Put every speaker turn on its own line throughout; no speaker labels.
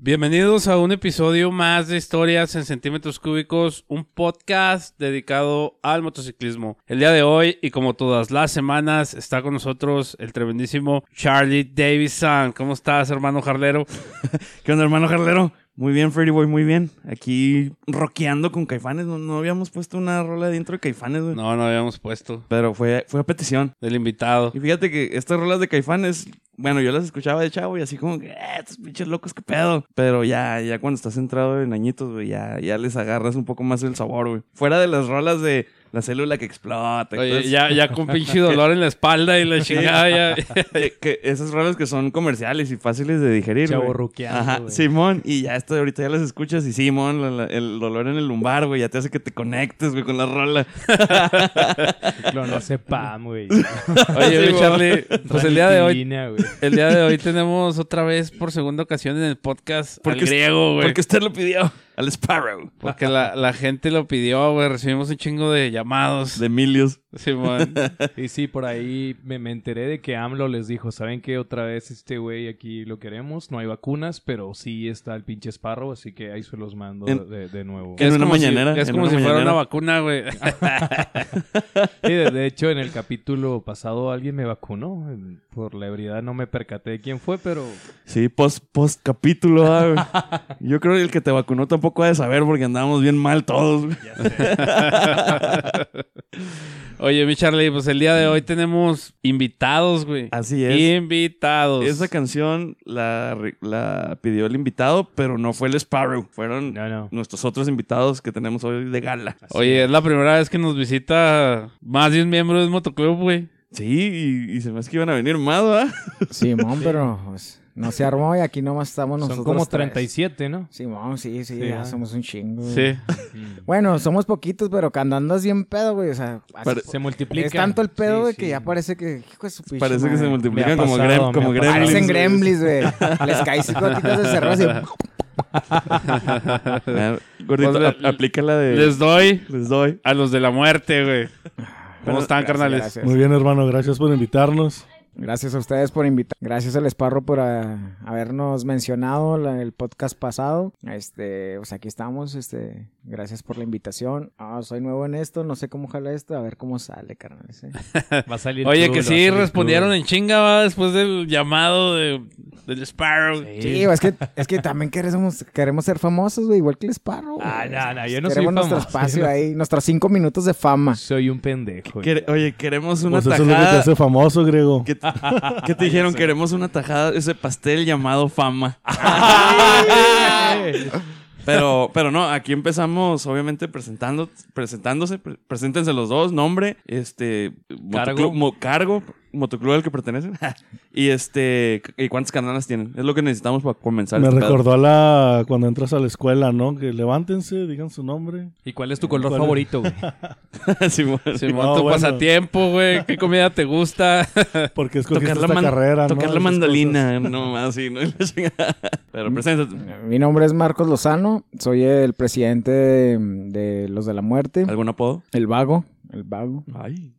Bienvenidos a un episodio más de Historias en Centímetros Cúbicos, un podcast dedicado al motociclismo. El día de hoy, y como todas las semanas, está con nosotros el tremendísimo Charlie Davison. ¿Cómo estás, hermano Jarlero?
¿Qué onda, hermano Jarlero? Muy bien, Freddy Boy, muy bien. Aquí rockeando con Caifanes. No, no habíamos puesto una rola dentro de Caifanes, güey.
No, no habíamos puesto
Pero fue, fue a petición.
del invitado.
Y fíjate que estas rolas de Caifanes, bueno, yo las escuchaba de chavo y así como que, "Eh, estos pinches locos, qué pedo. Pero ya, ya cuando estás entrado en añitos, güey, ya, ya les agarras un poco más el sabor, güey. Fuera de las rolas de la célula que explota. y
Oye,
cosas-
ya, ya con pinche dolor en la espalda y la chingada. ya-
que- que esas rolas que son comerciales y fáciles de digerir, güey.
Chavorruqueando,
Ajá,
güey.
Simón, y ya esto ahorita ya las escuchas y Simón, la- la- el dolor en el lumbar, güey, ya te hace que te conectes, güey, con la rola.
Clonazepam, güey.
Oye,
Sí,
oye, Charlie, pues el día de hoy
Ranitidina, güey.
El día de hoy tenemos otra vez por segunda ocasión en el podcast al
Porque es-
griego, güey.
Porque
Porque,
usted lo pidió al Sparrow
la, la gente lo pidió, güey. Recibimos un chingo de llamados.
de Emilios.
Simón.
Y sí, por ahí me, me enteré de que AMLO les dijo, ¿saben qué? Otra vez este güey aquí lo queremos, no hay vacunas, pero sí está el pinche esparro, así que ahí se los mando
En-
de, de nuevo.
En
Es
una
como si-
mañanera,
es
en
como
una
si fuera
mañanera.
una vacuna, güey.
Y de, de hecho, en el capítulo pasado alguien me vacunó. en- Por la ebriedad no me percaté de quién fue, pero...
Sí, post, post capítulo, ah, güey. Yo creo que el que te vacunó tampoco ha de saber porque andábamos bien mal todos, güey.
Oye, mi Charlie, pues el día de hoy tenemos invitados, güey.
Así es.
Invitados.
Esa canción la, re- la pidió el invitado, pero no fue el Sparrow. Fueron
No, no.
nuestros otros invitados que tenemos hoy de gala.
Oye, es la primera vez que nos visita más de un miembro del motoclub, güey.
Sí, y, y se me hace que iban a venir más, ¿verdad?
Simón, pero pues, no se armó y aquí nomás estamos nosotros.
Son como
tres.
37, ¿no?
Simón, sí, sí,
Sí,
ya
ah.
somos un chingo. güey.
Sí.
Bueno, somos poquitos, pero cuando andas bien pedo, güey, o sea, así-
Pare-
Se multiplica.
es tanto el pedo,
Sí,
güey,
sí.
que ya parece que. hijo de su pinche
Parece que se
madre.
multiplican
Me ha
como,
pasado,
grem- como
me ha pasado.
gremlins.
Parecen
güey.
gremlins, güey. Les caí cinco gotitas de cerveza y
Ah, Gordito,
Pues,
ap-
le-
aplica la de... Les,
Les doy
doy.
a los de la muerte, güey. ¿Cómo están,
Gracias,
carnales?
gracias.
Muy bien, hermano, gracias por invitarnos.
Gracias a ustedes por invitar. Gracias al Esparro por ah, habernos mencionado la- el podcast pasado. Este, pues aquí estamos. Este, gracias por la invitación. Ah, soy nuevo en esto, no sé cómo jala esto, a ver cómo sale, carnal. ¿eh?
Va a salir
Oye,
crudo,
que
va a
sí,
salir
respondieron
crudo.
en chinga, ¿va? Después del llamado de- del Sparrow.
Sí, güey, es que, es que también queremos, queremos ser famosos, güey, igual que el Esparro. güey.
Ah, no, no, yo no soy
Queremos nuestro
famoso,
espacio
yo no-
ahí, nuestros cinco minutos de fama.
Soy un pendejo.
Quere- oye, queremos una
Pues eso es lo que te
tajada...
hace famoso, griego.
¿Qué, qué te dijeron? Queremos una tajada, ese pastel llamado fama. pero, pero no, aquí empezamos, obviamente, presentando, presentándose. Pre- preséntense los dos, nombre, este...
Cargo.
Motoclub, mo- cargo, motoclub al que pertenecen. y este... ¿Y cuántas carnalas tienen? Es lo que necesitamos para comenzar.
Me
este pedo.
recordó a la cuando entras a la escuela, ¿no? Que levántense, digan su nombre.
¿Y cuál es tu color
¿Cuál?
favorito, güey?
Simón.
Simón,
No,
tu
bueno.
pasatiempo, güey. ¿Qué comida te gusta?
Porque escogiste
tocar la,
esta
man-
carrera, ¿no?
tocar la
Esas cosas.
mandolina, no más, sí, no la chingada. Pero preséntate.
Mi nombre es Marcos Lozano, soy el presidente de, de Los de la Muerte,
¿Algún apodo?
el vago, el vago.
Ay.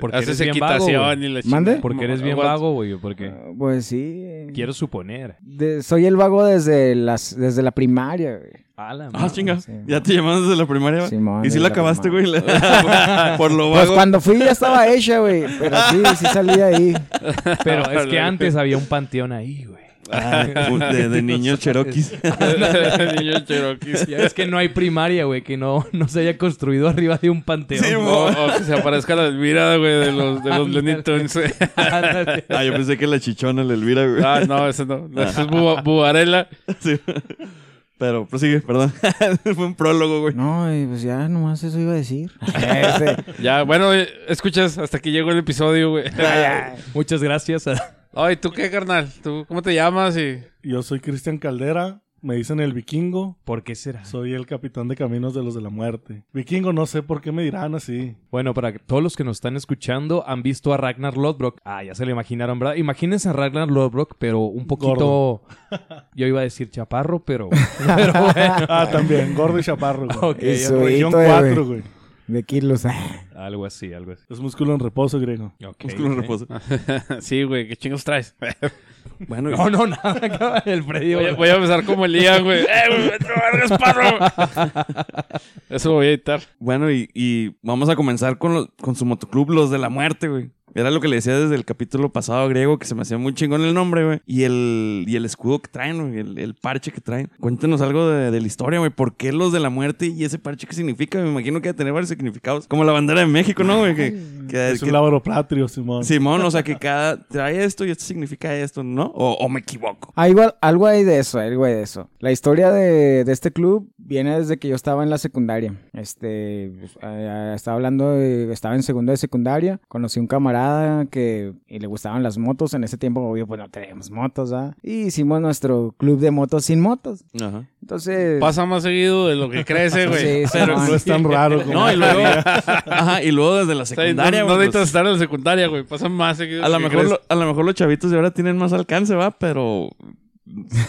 Porque
Haces
eres bien vago,
equitación
güey.
y la
¿Mande?
chingada.
Porque eres bien
What?
vago, güey. Porque
Ah, Pues sí. eh.
quiero suponer.
De- soy el vago desde las desde la primaria, güey.
A la
Ah,
madre.
chinga.
sí.
ya te llamaste desde la primaria.
Simón,
y si
desde
la
la
acabaste, güey.
primaria.
la- por lo
Pues
vago.
cuando fui ya estaba hecha, güey. Pero sí, sí salí de ahí.
Pero es que antes había un panteón ahí, güey.
Ah, un- de, de niños cheroquis.
Niño Cherokee.
Ya ves que no hay primaria, güey, que no, no se haya construido arriba de un panteón.
Sí,
güey.
O, o que se aparezca la Elvira, güey, de los, de los Looney Tunes.
Ándale.
Ah, yo pensé que la chichona, la Elvira, güey.
Ah, no, eso no. Eso es bu Bugarela.
Sí. Pero prosigue, perdón. Fue un prólogo, güey.
No, y pues ya nomás eso iba a decir. Este,
Ya, bueno, eh, escuchas, hasta que llegó el episodio, güey.
ya, ya.
Muchas gracias. a-
Ay, ¿tú qué, carnal? ¿Tú cómo te llamas? Y...
Yo soy Cristian Caldera, me dicen el vikingo.
¿Por qué será?
Soy el capitán de caminos de los de la muerte. Vikingo, no sé por qué me dirán así.
Bueno, para que- todos los que nos están escuchando, han visto a Ragnar Lodbrok. Ah, ya se lo imaginaron, ¿verdad? Imagínense a Ragnar Lodbrok, pero un poquito...
Gordo.
Yo iba a decir chaparro, pero... pero bueno.
Ah, también, gordo y chaparro, güey.
Ok,
Y
ya.
su-
Región
Suelito, eh,
4, güey.
De kilos.
Algo así, algo así.
Es músculo en reposo, griego.
Ok,
Ah,
Músculo en
ok.
reposo.
sí, güey, ¿qué chingos traes?
Bueno,
No, no, nada, cabrón, el Freddy.
Voy a,
güey.
voy a empezar como el Ian, güey. ¡Eh, güey, Metro Vargas Parro! Eso lo voy a editar.
Bueno, y, y vamos a comenzar con, lo- con su motoclub, Los de la Muerte, güey. Era lo que le decía desde el capítulo pasado griego, que se me hacía muy chingón el nombre, güey. Y el, y el escudo que traen, güey, el, el parche que traen. Cuéntenos algo de, de la historia, güey. ¿Por qué los de la muerte y ese parche qué significa? Me imagino que va a tener varios significados. Como la bandera de México, ¿no, güey? Que, que-
Es
que-
un laboroplatrio, Simón.
Simón, o sea, que cada trae esto y esto significa esto, ¿no? O, o me equivoco.
Ah, igual, algo hay de eso, algo hay de eso. La historia de, de este club viene desde que yo estaba en la secundaria. Este, pues, eh, estaba hablando, de- estaba en segundo de secundaria, conocí un camarada que y le gustaban las motos, en ese tiempo obvio pues no teníamos motos, ¿ah? Y hicimos nuestro club de motos sin motos.
Ajá.
Entonces...
Pasa más seguido de lo que crece, güey.
Sí, sí,
Pero-
man.
No es tan raro como...
No, y luego, ajá, y luego desde la
o sea, no-
secundaria,
no,
güey, pues-
necesitas estar en la secundaria, güey. Pasa más seguido.
A
de
lo,
que
mejor
crece.
lo- a lo mejor los chavitos de ahora tienen más alcance, va, pero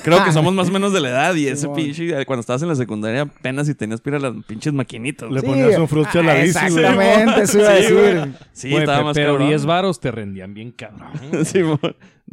creo que
Ah,
somos más o menos de la edad y ese
Simón.
pinche, eh, cuando estabas en la secundaria apenas si tenías pira las pinches maquinitas.
Le
Sí,
ponías un frutti a la
ah,
bici, güey.
Exactamente, eso iba a
Sí, güey.
decir.
Sí,
Güey,
estaba
pe-
más
pero
cabrón.
10 varos te rendían bien cabrón.
Simón.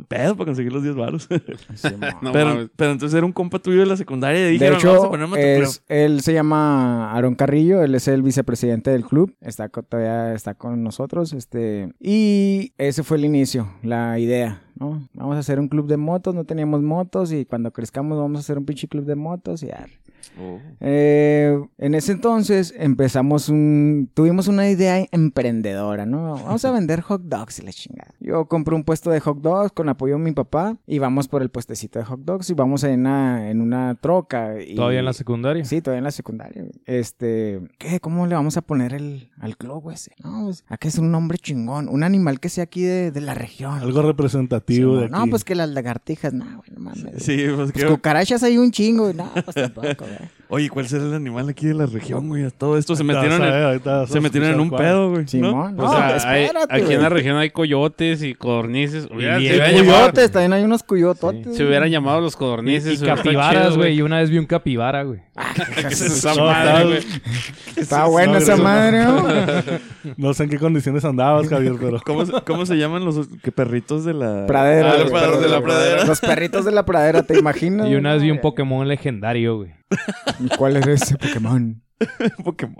Pedo para conseguir los 10 baros.
Sí, man.
No
pero,
mames.
pero entonces era un compa tuyo de la secundaria y dijeron,
De
vamos a
hecho,
poner motoclub".
es- él se llama Aaron Carrillo, él es el vicepresidente del club, está co- todavía está con nosotros, este, y ese fue el inicio, la idea, ¿no? Vamos a hacer un club de motos, no teníamos motos y cuando crezcamos vamos a hacer un pinche club de motos y arre.
Oh.
Eh, en ese entonces empezamos un. Tuvimos una idea emprendedora, ¿no? Vamos a vender hot dogs y la chingada. Yo compré un puesto de hot dogs con apoyo de mi papá y vamos por el puestecito de hot dogs y vamos en una, en una troca. y-
¿Todavía en la secundaria?
Sí, todavía en la secundaria. güey. Este, ¿qué? ¿Cómo le vamos a poner el, al globo ese? No, pues, acá es un nombre chingón, un animal que sea aquí de, de la región.
Algo representativo
Sí,
de aquí.
No, pues que las lagartijas, no, güey, no mames.
Sí, pues
Pues
que-
cucarachas hay un chingo, no, pues tampoco, güey.
Oye, ¿cuál será el animal aquí de la región, güey? A Todo esto se
Ahorita
metieron
vas a
en,
ver, ahorita vas a
se metieron en
escuchar
un
cuál.
pedo, güey. ¿no? pues
Simón,
O
no,
sea, hay-
espérate,
aquí en
güey.
la región hay coyotes y codornices. Hubiera-
Y
se, hubieran
bien.
llamado,
coyotes, también hay unos coyototes.
se hubieran llamado los
Y,
codornices.
y
hubiera estado
capibaras,
chido,
güey. Yo una vez vi un capibara, güey.
Ah,
¿Qué es esa
No,
madre,
está-
güey?
Está buena
No,
esa
eso no.
madre, ¿no?
No sé en qué condiciones andabas, Javier, pero...
¿Cómo, se, cómo se llaman los que perritos de la
Pradera.
Ah,
güey.
los perros de la pradera.
Los perritos de la pradera, ¿te imaginas?
Y una vez vi un Pokémon legendario, güey.
¿Y ¿Cuál era ese Pokémon?
Pokémon.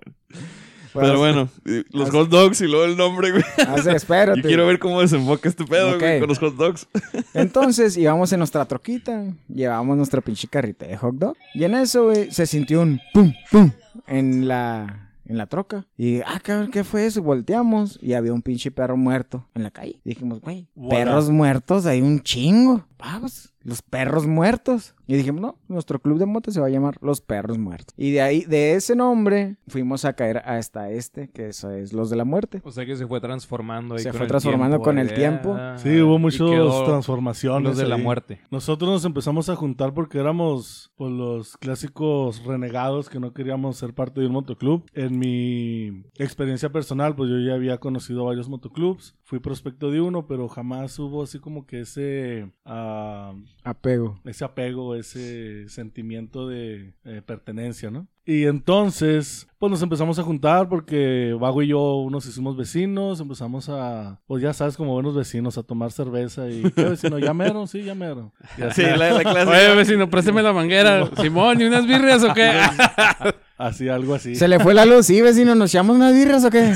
Pues,
Pero bueno, eh, los hot dogs y luego el nombre, güey.
haz-
Yo
espérate.
quiero ver cómo desemboca este pedo, güey,
Ok.
con los hot dogs.
Entonces íbamos en nuestra troquita, llevábamos nuestra pinche carrita de hot dog. Y en eso, güey, se sintió un pum, pum en la, en la troca. Y, ah, cabrón, ¿qué fue eso? Volteamos y había un pinche perro muerto en la calle. Dijimos, güey, perros muertos, hay un chingo. Vamos, los perros muertos. Y dijimos, no, nuestro club de motos se va a llamar Los Perros Muertos. Y de ahí, de ese nombre, fuimos a caer hasta este, que eso es Los de la Muerte.
O sea que se fue transformando. ahí
Se
con
fue
el
transformando
tiempo,
con
la
el
idea.
tiempo.
Sí, hubo
Y
muchas
quedó
transformaciones.
Los de la
ahí.
muerte.
Nosotros nos empezamos a juntar porque éramos pues, los clásicos renegados que no queríamos ser parte de un motoclub. En mi experiencia personal, pues yo ya había conocido varios motoclubs. Fui prospecto de uno, pero jamás hubo así como que ese... ah,
Apego.
ese apego, ese sentimiento de eh, pertenencia, ¿no? Y entonces, pues nos empezamos a juntar porque Vago y yo nos hicimos vecinos, empezamos a, pues ya sabes, como buenos vecinos, a tomar cerveza y, ¿qué vecino? ¿Ya mero? Sí, ya mero. Y así,
Sí, la, la clase.
Oye, vecino, préstame la manguera. Simón, ¿y unas birrias o qué?
así, algo así.
Se le fue la luz, sí, vecino, ¿nos echamos unas birras o qué?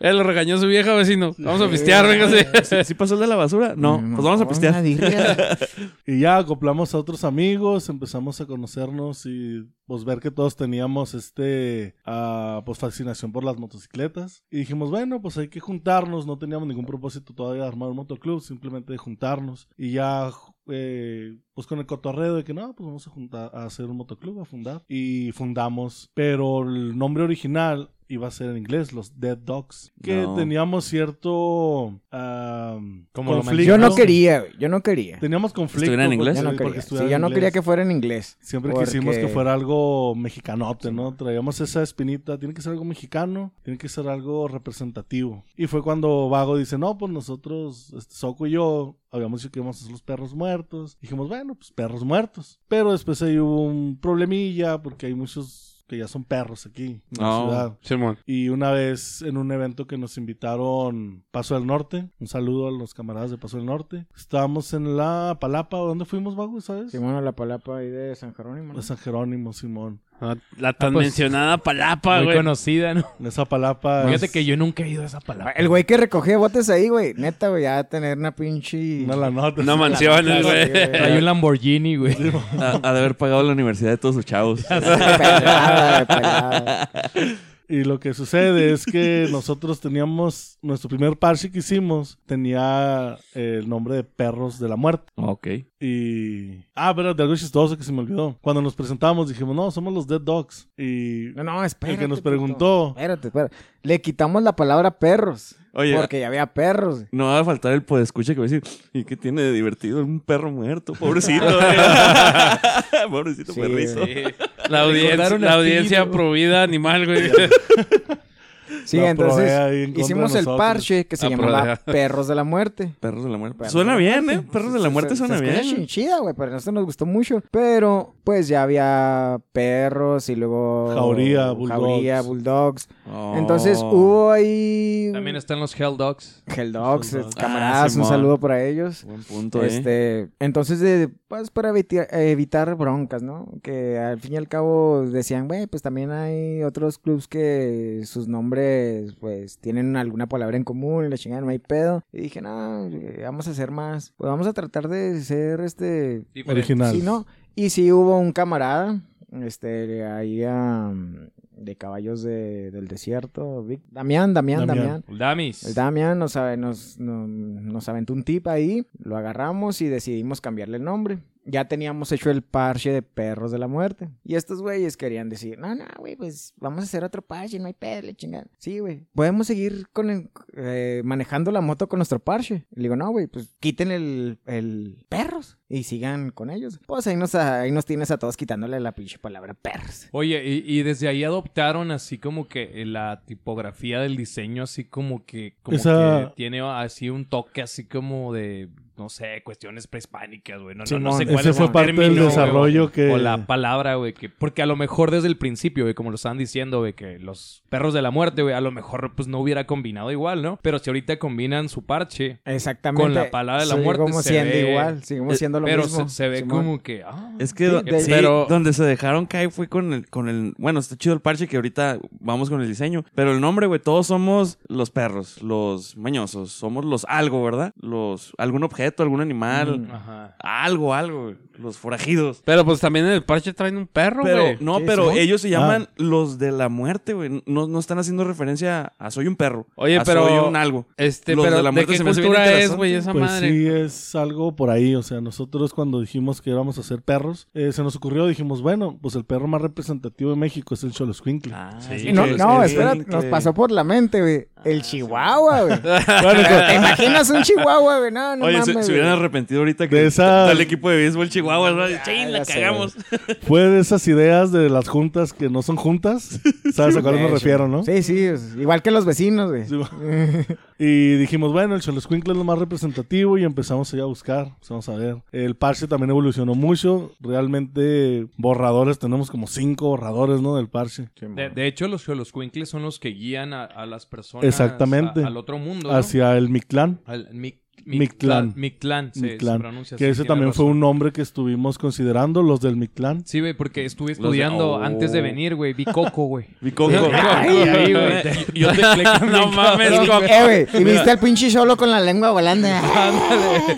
Él lo regañó su vieja, vecino. Vamos a pistear, véngase.
¿Sí, sí pasó el de la basura? No, pues vamos a pistear.
pistear.
Y ya acoplamos a otros amigos, empezamos a conocernos y pues ver que todos teníamos este ah, pues fascinación por las motocicletas. Y dijimos, bueno, pues hay que juntarnos, no teníamos ningún propósito todavía de armar un motoclub, simplemente de juntarnos. Y ya eh, pues con el cotorreo de que no, pues vamos a juntar a hacer un motoclub, a fundar. Y fundamos, pero el nombre original iba a ser en inglés, los Dead Dogs, que
No.
teníamos cierto am,
Como lo
conflicto.
Yo no quería, güey, yo no quería.
Teníamos conflicto.
¿Estuviera en
porque-
inglés?
Yo no
porque
quería. Sí,
estuviera
yo
en
no quería
inglés.
que fuera en inglés.
Siempre
porque-
quisimos que fuera algo mexicanote, ¿no? Traíamos esa espinita, tiene que ser algo mexicano, tiene que ser algo representativo. Y fue cuando Vago dice, no, pues nosotros, este, Soco y yo, habíamos dicho que íbamos a hacer los perros muertos. Dijimos, bueno, pues perros muertos. Pero después ahí hubo un problemilla porque hay muchos que ya son perros aquí en
No.
la ciudad.
Simón.
Y una vez en un evento que nos invitaron Paso del Norte, un saludo a los camaradas de Paso del Norte. Estábamos en la Palapa, ¿dónde fuimos, Vago? ¿Sabes?
Simón a la palapa ahí de San Jerónimo. ¿no?
A San Jerónimo, Simón.
Ah, La tan
pues,
mencionada palapa,
Muy
güey.
conocida, ¿no?
En esa Palapa.
Fíjate
es
que yo nunca he ido a esa palabra.
El güey que recoge botes ahí, güey. Neta, güey, ya tener una pinche.
Una la nota.
No
La-
mansiones, güey.
Hay un Lamborghini, güey.
Ha, ha de haber pagado la universidad de todos sus chavos.
Pelada, pelada.
Y lo que sucede es que nosotros teníamos, nuestro primer parche que hicimos tenía eh, el nombre de Perros de la Muerte.
ok.
Y. Ah, pero de algo chistoso que se me olvidó. Cuando nos presentamos dijimos, no, somos los Dead Dogs. Y
No, no, espérate.
el que nos
puto.
preguntó.
Espérate, espérate. Le quitamos la palabra perros.
Oye,
Porque ya había perros.
no va a faltar el podescucha que va a decir, ¿y qué tiene de divertido? Un perro muerto, pobrecito. pobrecito
Sí,
perrito.
güey.
La audiencia,
Recordaron a
la
ti,
audiencia
güey.
provida animal, güey.
Sí,
La probé ahí en
entonces
contra de
hicimos el
nosotros.
parche que se
La
llamaba
probé.
Perros de la Muerte.
Perros de la muerte.
Perros
suena
de la
bien,
muerte.
¿eh? Perros de la
Se-
muerte
se-
suena
se
bien.
escucha chida, güey, pero nosotros nos gustó mucho. Pero, pues, ya había perros y luego...
Jauría, bulldogs.
Jauría, bulldogs.
Oh.
Entonces, hubo ahí...
También están los Hell Dogs.
Helldogs,
Helldogs.
Ah,
camaradas, un
Simón.
saludo para ellos.
Buen punto, ¿eh?
Este, entonces, de- pues para evitar, evitar broncas, ¿no? Que al fin y al cabo decían, güey, pues también hay otros clubs que sus nombres, pues, tienen alguna palabra en común, y la chingada, no hay pedo. Y dije, no, eh, vamos a hacer más. Pues vamos a tratar de ser, este,
Original.
sí, ¿no? Y sí hubo un camarada, este, ahí am, de caballos de- del desierto, Vic- Damián,
Damián.
Damián. Damián.
El Damis.
El Damian nos, ave- nos, no- nos aventó un tip ahí, lo agarramos y decidimos cambiarle el nombre. Ya teníamos hecho el parche de perros de la muerte. Y estos güeyes querían decir, no, no, güey, pues vamos a hacer otro parche, no hay pedo, la chingada. Sí, güey, podemos seguir con el- eh, manejando la moto con nuestro parche. Y le digo, no, güey, pues quiten el, el perros y sigan con ellos. Pues ahí nos, ahí nos tienes a todos quitándole la pinche palabra perros.
Oye, y, y desde ahí adoptaron así como que eh, la tipografía del diseño, así como que, como
Esa-
que tiene así un toque así como de, no sé, cuestiones prehispánicas, güey. No, no-
Simón,
no sé cuál
Ese
es
fue
el
parte del
término,
desarrollo
güey,
que.
O la palabra, güey, que... Porque a lo mejor desde el principio, güey, como lo estaban diciendo, güey, que los perros de la muerte, güey, a lo mejor pues no hubiera combinado igual, ¿no? Pero si ahorita combinan su parche,
Exactamente.
Con la palabra de la muerte
Seguimos
se
siendo
ve-
igual, seguimos
Eh,
siendo lo
pero
mismo.
se, se ve
Simón.
como que... ah,
Es que
Sí,
do-
de-
sí,
pero-
donde se dejaron caer fue con el, con el... Bueno, está chido el parche que ahorita vamos con el diseño. Pero el nombre, güey, todos somos los perros, los mañosos. Somos los algo, ¿verdad? Los... Algún objeto, algún animal.
Mm.
Ajá.
Algo, algo. güey. Los forajidos.
Pero pues también en el parche traen un perro,
Pero,
güey.
no,
Sí,
pero
Simón.
ellos se llaman los de la muerte, güey. No, no están haciendo referencia a soy un perro.
Oye,
a
pero-
soy un algo.
Este,
Los
pero
de la
¿de
muerte
qué
se me hace bien
cultura es,
interesante.
güey, esa
Pues
madre?
sí, es algo por ahí. O sea, nosotros cuando dijimos que íbamos a ser perros, eh, se nos ocurrió, dijimos, bueno, pues el perro más representativo de México es el Choloscuincle.
Ah.
Ah,
Sí,
Y No,
que-
no,
que-
espera,
que-
nos pasó por la mente, güey. El chihuahua, güey.
Bueno,
¿Te imaginas un chihuahua, güey? No, no
Oye, se- se,
mames. güey.
hubieran arrepentido ahorita que
De esa-
está el equipo de béisbol Chihuahua, ¿verdad?
Ah,
Chin, la
ya sé,
cagamos.
fue de esas ideas de las juntas que no son juntas. ¿Sabes a cuáles
De
me
hecho.
refiero, no?
Sí, sí, es igual que los vecinos, güey.
Sí, Y dijimos, bueno, el Choloscuincle es lo más representativo y empezamos ahí a buscar. Pues vamos a ver. El parche también evolucionó mucho. Realmente, borradores, tenemos como cinco borradores, ¿no? Del parche.
De, de hecho, los Xoloscuincles son los que guían a, a las personas
Exactamente.
a- al otro mundo. ¿no?
Hacia el Mictlán.
Al Mic-
Mictlán.
Mictlán. Mictlán se, se
Mictlán,
pronuncia
Que
así,
ese
tiene
también fue
razón.
un nombre que estuvimos considerando, los del Mictlán.
Sí, güey, porque estuve estudiando
oh.
antes de venir, güey. Vi Coco, güey.
Mi coco.
Ay, ay, güey.
Yo te No mames, co-
Eh, güey, y viste al pinche solo con la lengua volando.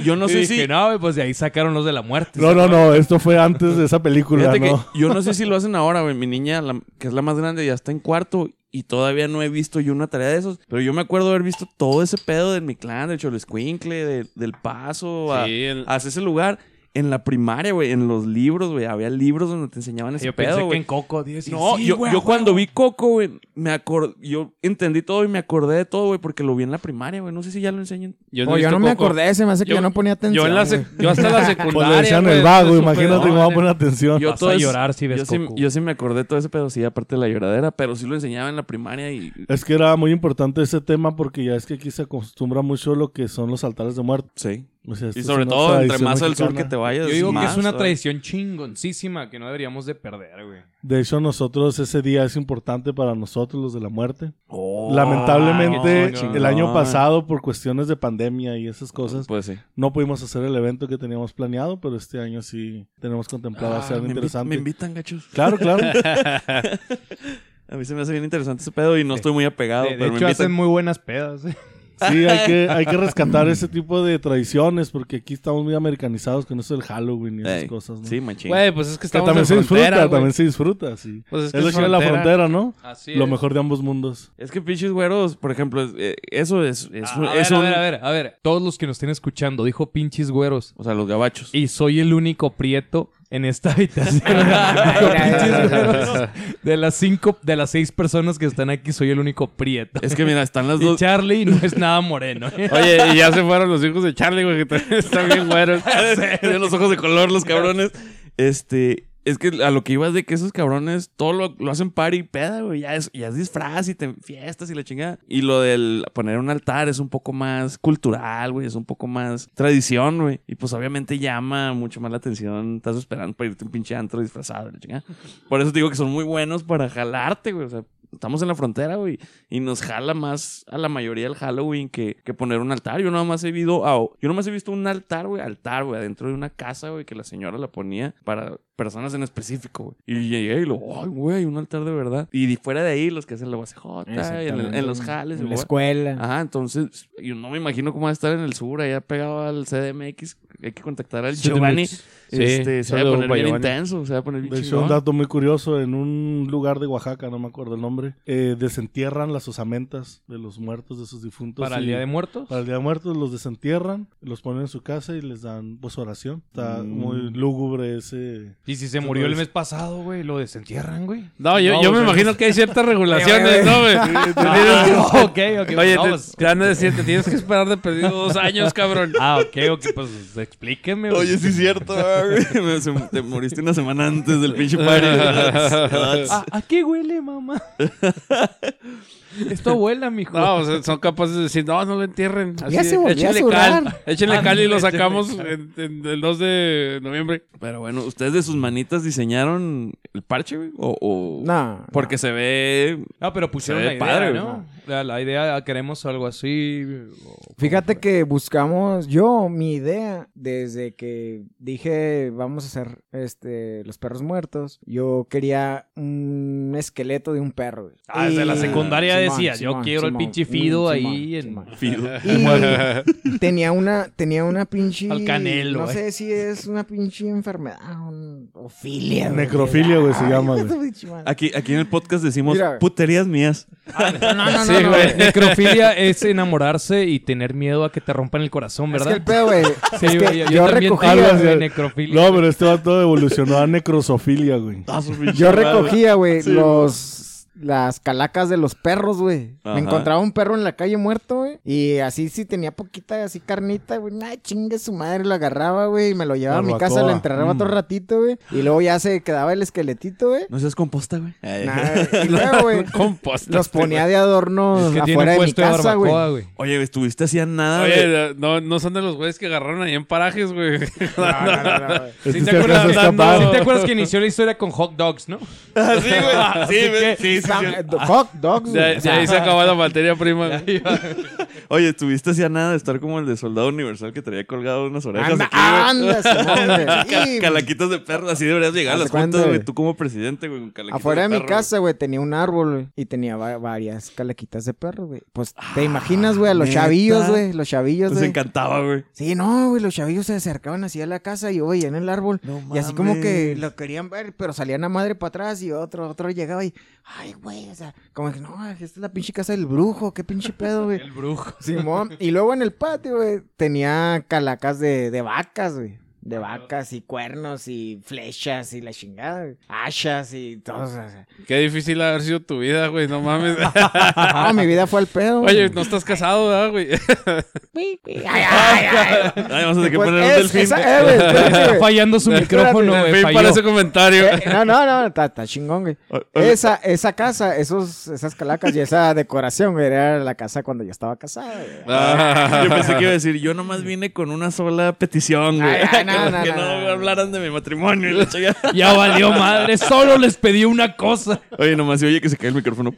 Yo no
Y
sé
dije,
si.
no, güey, pues de ahí sacaron los de la muerte.
No, no, no, esto fue antes de esa película,
Fíjate que
¿no?
yo no sé si lo hacen ahora, güey. Mi niña, la- que es la más grande, ya está en cuarto y todavía no he visto yo una tarea de esos. Pero yo me acuerdo haber visto todo ese pedo de mi clan, del Cholescuincle, de- del Paso, a-
Sí, el-
hacia ese lugar. En la primaria, güey, en los libros, güey. Había libros donde te enseñaban ese
Yo
pedo,
pensé que
güey.
en Coco, dije, sí,
No,
sí,
yo,
güey,
yo
güey.
cuando vi Coco, güey, me acordé, yo entendí todo y me acordé de todo, güey, porque lo vi en la primaria, güey. No sé si ya lo enseñan.
Yo
Oh,
he
yo
visto
no me
Coco.
acordé, se me hace que
Yo-
yo, no ponía atención.
Yo, en la sec-
güey.
yo hasta la
Pues
secundaria.
le decían
güey,
el vago,
eso
imagínate
fue-
cómo va a poner atención.
Yo
Vas a llorar si ves
yo sí,
Coco.
yo sí me acordé todo ese pedo, sí, aparte de la lloradera, pero sí lo enseñaba en la primaria y...
Es que era muy importante ese tema porque ya es que aquí se acostumbra mucho lo que son los altares de muerte.
Sí.
O sea,
Y
esto es
sobre
una
todo, entre
tradición
más al sur
mexicana.
que te vayas.
Yo digo que
más,
es una
¿sabes?
traición chingoncísima que no deberíamos de perder, güey.
De hecho, nosotros ese día es importante para nosotros, los de la muerte.
Oh,
Lamentablemente,
qué chingón.
el año pasado, por cuestiones de pandemia y esas cosas,
Pues sí.
no pudimos hacer el evento que teníamos planeado, pero este año sí tenemos contemplado hacer
Ah,
algo
Ah, me,
interesante.
invitan, gachos.
Claro, claro.
A mí se me hace bien interesante ese pedo y no estoy muy apegado,
De, de
pero me
hecho,
invitan.
hacen muy buenas pedas. eh.
Sí, hay que, hay que rescatar ese tipo de tradiciones porque aquí estamos muy americanizados con eso del Halloween y esas
Ey,
cosas, ¿no?
Sí, machín.
Güey, pues es que
Que
estamos
también
en
se disfruta,
frontera, güey.
también se disfruta, sí.
Pues es
es
que
lo
es
chido de la
frontera.
frontera, ¿no?
Así
Lo
es.
mejor de ambos mundos.
Es que pinches güeros, por ejemplo, es- eh, eso es. es,
Ah, a,
es
ver,
un-
a ver, a ver, a ver. Todos los que nos estén escuchando, dijo pinches güeros.
O sea, los gabachos.
Y soy el único prieto en esta habitación. Dijo, "Pinches güeros". de las cinco, de las seis personas que están aquí, soy el único prieto.
Es que mira, están las
Y
dos.
Charlie no es nada moreno. ¿eh?
Oye, y ya se fueron los hijos de Charlie, güey, que también están bien güeros.
de los ojos de color, los cabrones. Este, es que a lo que ibas de que esos cabrones todo lo, lo hacen party y peda, güey. Ya es, ya es disfraz y te, fiestas y la chingada. Y lo del poner un altar es un poco más cultural, güey. Es un poco más tradición, güey. Y pues obviamente llama mucho más la atención. Estás esperando para irte a un pinche antro disfrazado, y la chingada. Por eso te digo que son muy buenos para jalarte, güey. O sea, estamos en la frontera, güey. Y nos jala más a la mayoría del Halloween que, que poner un altar. Yo nada más he visto, ah, yo nada más he visto un altar, güey, altar, güey, adentro de una casa, güey, que la señora la ponía para personas en específico, güey. Y llegué y lo, ay, güey, un altar de verdad. Y de fuera de ahí, los que hacen la basejota, en, el- en los jales,
En la
güey.
escuela.
Ajá, entonces, yo no me imagino cómo va a estar en el sur, allá pegado al CDMX. Hay que contactar al Giovanni. este, se va a
saludo
poner
para
bien
Giovanni.
intenso, se va a poner bien
De hecho,
chingón.
un dato muy curioso, en un lugar de Oaxaca, no me acuerdo el nombre, eh, desentierran las osamentas de los muertos, de sus difuntos.
Para el
y-
Día de Muertos.
Para el Día de Muertos los desentierran, los ponen en su casa y les dan pues oración.
Mm.
Está muy lúgubre ese...
Y si se
Tú
murió el mes
puedes.
pasado, güey, lo desentierran, güey.
pues. No, yo,
No,
yo me
güey.
imagino que hay ciertas regulaciones, ¿no, güey?
Ah, ok, ok.
Oye,
no,
te,
pues-
te van a decir, te tienes que esperar de perdido dos años, cabrón.
Ah, ok, ok, pues explíqueme, güey.
Oye, sí es cierto, ah, güey. Me- se- Te moriste una semana antes del pinche party.
¿A, a qué huele, mamá? Esto huela, mijo.
No, o sea, son capaces de decir, no, no lo entierren. Así,
Ya se volvió a
échenle
zurrar.
cal,
Ah,
échenle cal y lo
Ándale,
sacamos
échenle
en, en el 2 de noviembre.
Pero bueno, ¿ustedes de sus manitas diseñaron el parche, güey? ¿O, o...
No.
Porque se ve...
No, pero pusieron
Se
la
ve
idea,
padre,
¿no? La, la idea, ah, queremos algo así. o-
Fíjate que buscamos, yo, mi idea, desde que dije vamos a hacer este los perros muertos, yo quería un esqueleto de un perro. güey.
Ah, desde la
Y-
secundaria
Simón,
decías, yo
Simón,
quiero el
Simón,
pinche
mm,
Fido
Simón,
ahí en-
Simón.
Fido.
Y tenía una, tenía una pinche.
Al Canelo,
No
eh.
sé si es una pinche enfermedad, un- o filia. güey.
Necrofilia, güey, se
Ay,
llama,
esa
güey.
pinche madre.
Aquí, aquí en el podcast decimos
Mira, güey.
puterías mías.
No,
Ah,
no, no,
Sí,
no,
güey.
güey.
Necrofilia es enamorarse y tener miedo a que te rompan el corazón,
Es
¿verdad?
que el pedo, güey.
Sí,
es que
güey, yo,
yo,
yo también
recogía,
tengo
güey.
de necrofilia.
No, pero este vato evolucionó a necrosofilia, güey.
Yo recogía, güey, los las calacas de los perros, güey.
Ajá.
Me encontraba un perro en la calle muerto, güey. Y así sí tenía poquita, así carnita, güey. Nah, chingue su madre, lo agarraba, güey. Y me lo llevaba a mi casa, lo
Barbacoa.
enterraba
Mm.
otro ratito, güey. Y luego ya se quedaba el esqueletito, güey.
No seas composta, güey. Ay.
Nah, y luego,
Pues,
güey,
Composta.
los ponía de adorno
Es que tiene
Pues, afuera
un
de mi
puesto de
casa, güey.
barbacoa,
Pues
güey.
Oye, estuviste así a nada, güey.
Oye, no, no son de los güeyes que agarraron ahí en parajes, güey.
No, no, no, no, güey.
Este
¿Sí te,
se alcanza a
acuerdas,
escapar.
sí te acuerdas que inició la historia con hot dogs, no?
Así, güey. Sí, güey. Sí, sí,
Sam-
sí.
eh, do- Hot dogs,
De,
güey.
de ahí se acabó la materia prima. güey.
Oye, estuviste así a nada de estar como el de Soldado Universal que traía colgado unas orejas
Anda,
aquí, güey.
anda, Simón,
Ca-
güey. Y-
Calaquitas de perro, así deberías llegar a
¿Hace
las
cuándo,
juntas, güey.
güey?
Tú como presidente, güey, con calaquitas
Afuera de mi
perro,
casa, güey, tenía un árbol, güey, y tenía va- varias calaquitas de perro, güey. Pues, ¿te imaginas, güey? A los
¿neta?
chavillos, güey, los
güey.
chavillos,
Nos
güey.
encantaba, güey.
Sí, no, güey, los chavillos se acercaban así a la casa y yo veía en el árbol. y así como que
mames.
lo querían ver, pero salían a madre para atrás y otro, otro llegaba y, ay, güey, o sea, como que no, esta es la pinche casa del brujo, qué pinche pedo, güey.
El brujo.
Simón. Y luego en el patio, güey, tenía calacas de, de vacas, güey. de vacas y cuernos y flechas y la chingada, hachas y todo. o sea,
Qué difícil haber sido tu vida, güey, no mames.
No, Ah, mi vida fue al pedo.
Oye, no estás casado, ¿verdad, güey?
Ay, ay, ay, ay.
Ay, vamos a tener que
Pues
poner un
es-
delfín.
esa- eh, güey, espérate,
Está
güey.
fallando su micrófono,
En
güey.
fin,
falló.
para ese comentario.
Eh, no, no, no, está, está chingón, güey. Esa, esa casa, esos, esas calacas y esa decoración, güey, era la casa cuando yo estaba casada, güey.
Ah.
Yo pensé que iba a decir, yo nomás vine con una sola petición, güey.
Ay, ay, no,
que
no,
que
no, no.
hablaran de mi matrimonio. y la chingada.
Ya valió madre. Solo les pedí una cosa.
Oye, nomás se oye que se cae el micrófono.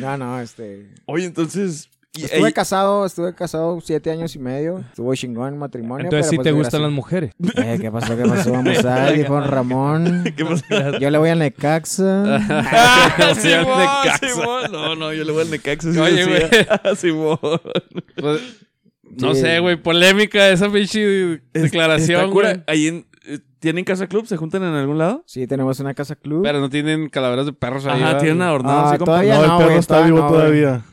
No, no, este.
Oye, entonces... y-
Estuve
ey,
casado, estuve casado siete años y medio. Estuvo chingón el matrimonio.
Entonces,
pero,
si
pues,
te gustan las
desgraci-
mujeres.
Eh, ¿Qué pasó? ¿Qué pasó? Vamos a dijo don Ramón.
¿Qué pasa?
Yo le voy a Necaxa.
Ah,
Sí, al
Simón,
Necaxa.
Simón. No, no, yo le voy al Necaxa.
Oye,
Oye,
güey.
güey. Ah, Simón.
Pues, no
Sí.
sé, güey, polémica esa pinche declaración,
Está cura.
güey.
Ahí en- eh, ¿Tienen casa club? ¿Se juntan en algún lado?
Sí, tenemos una casa club.
Pero no tienen calaveras de perros ahí.
Ajá,
¿verdad?
tienen adornado
Ah,
así con...
todavía
no, el
no,
perro
güey,
está
todavía
vivo
no, güey.
todavía.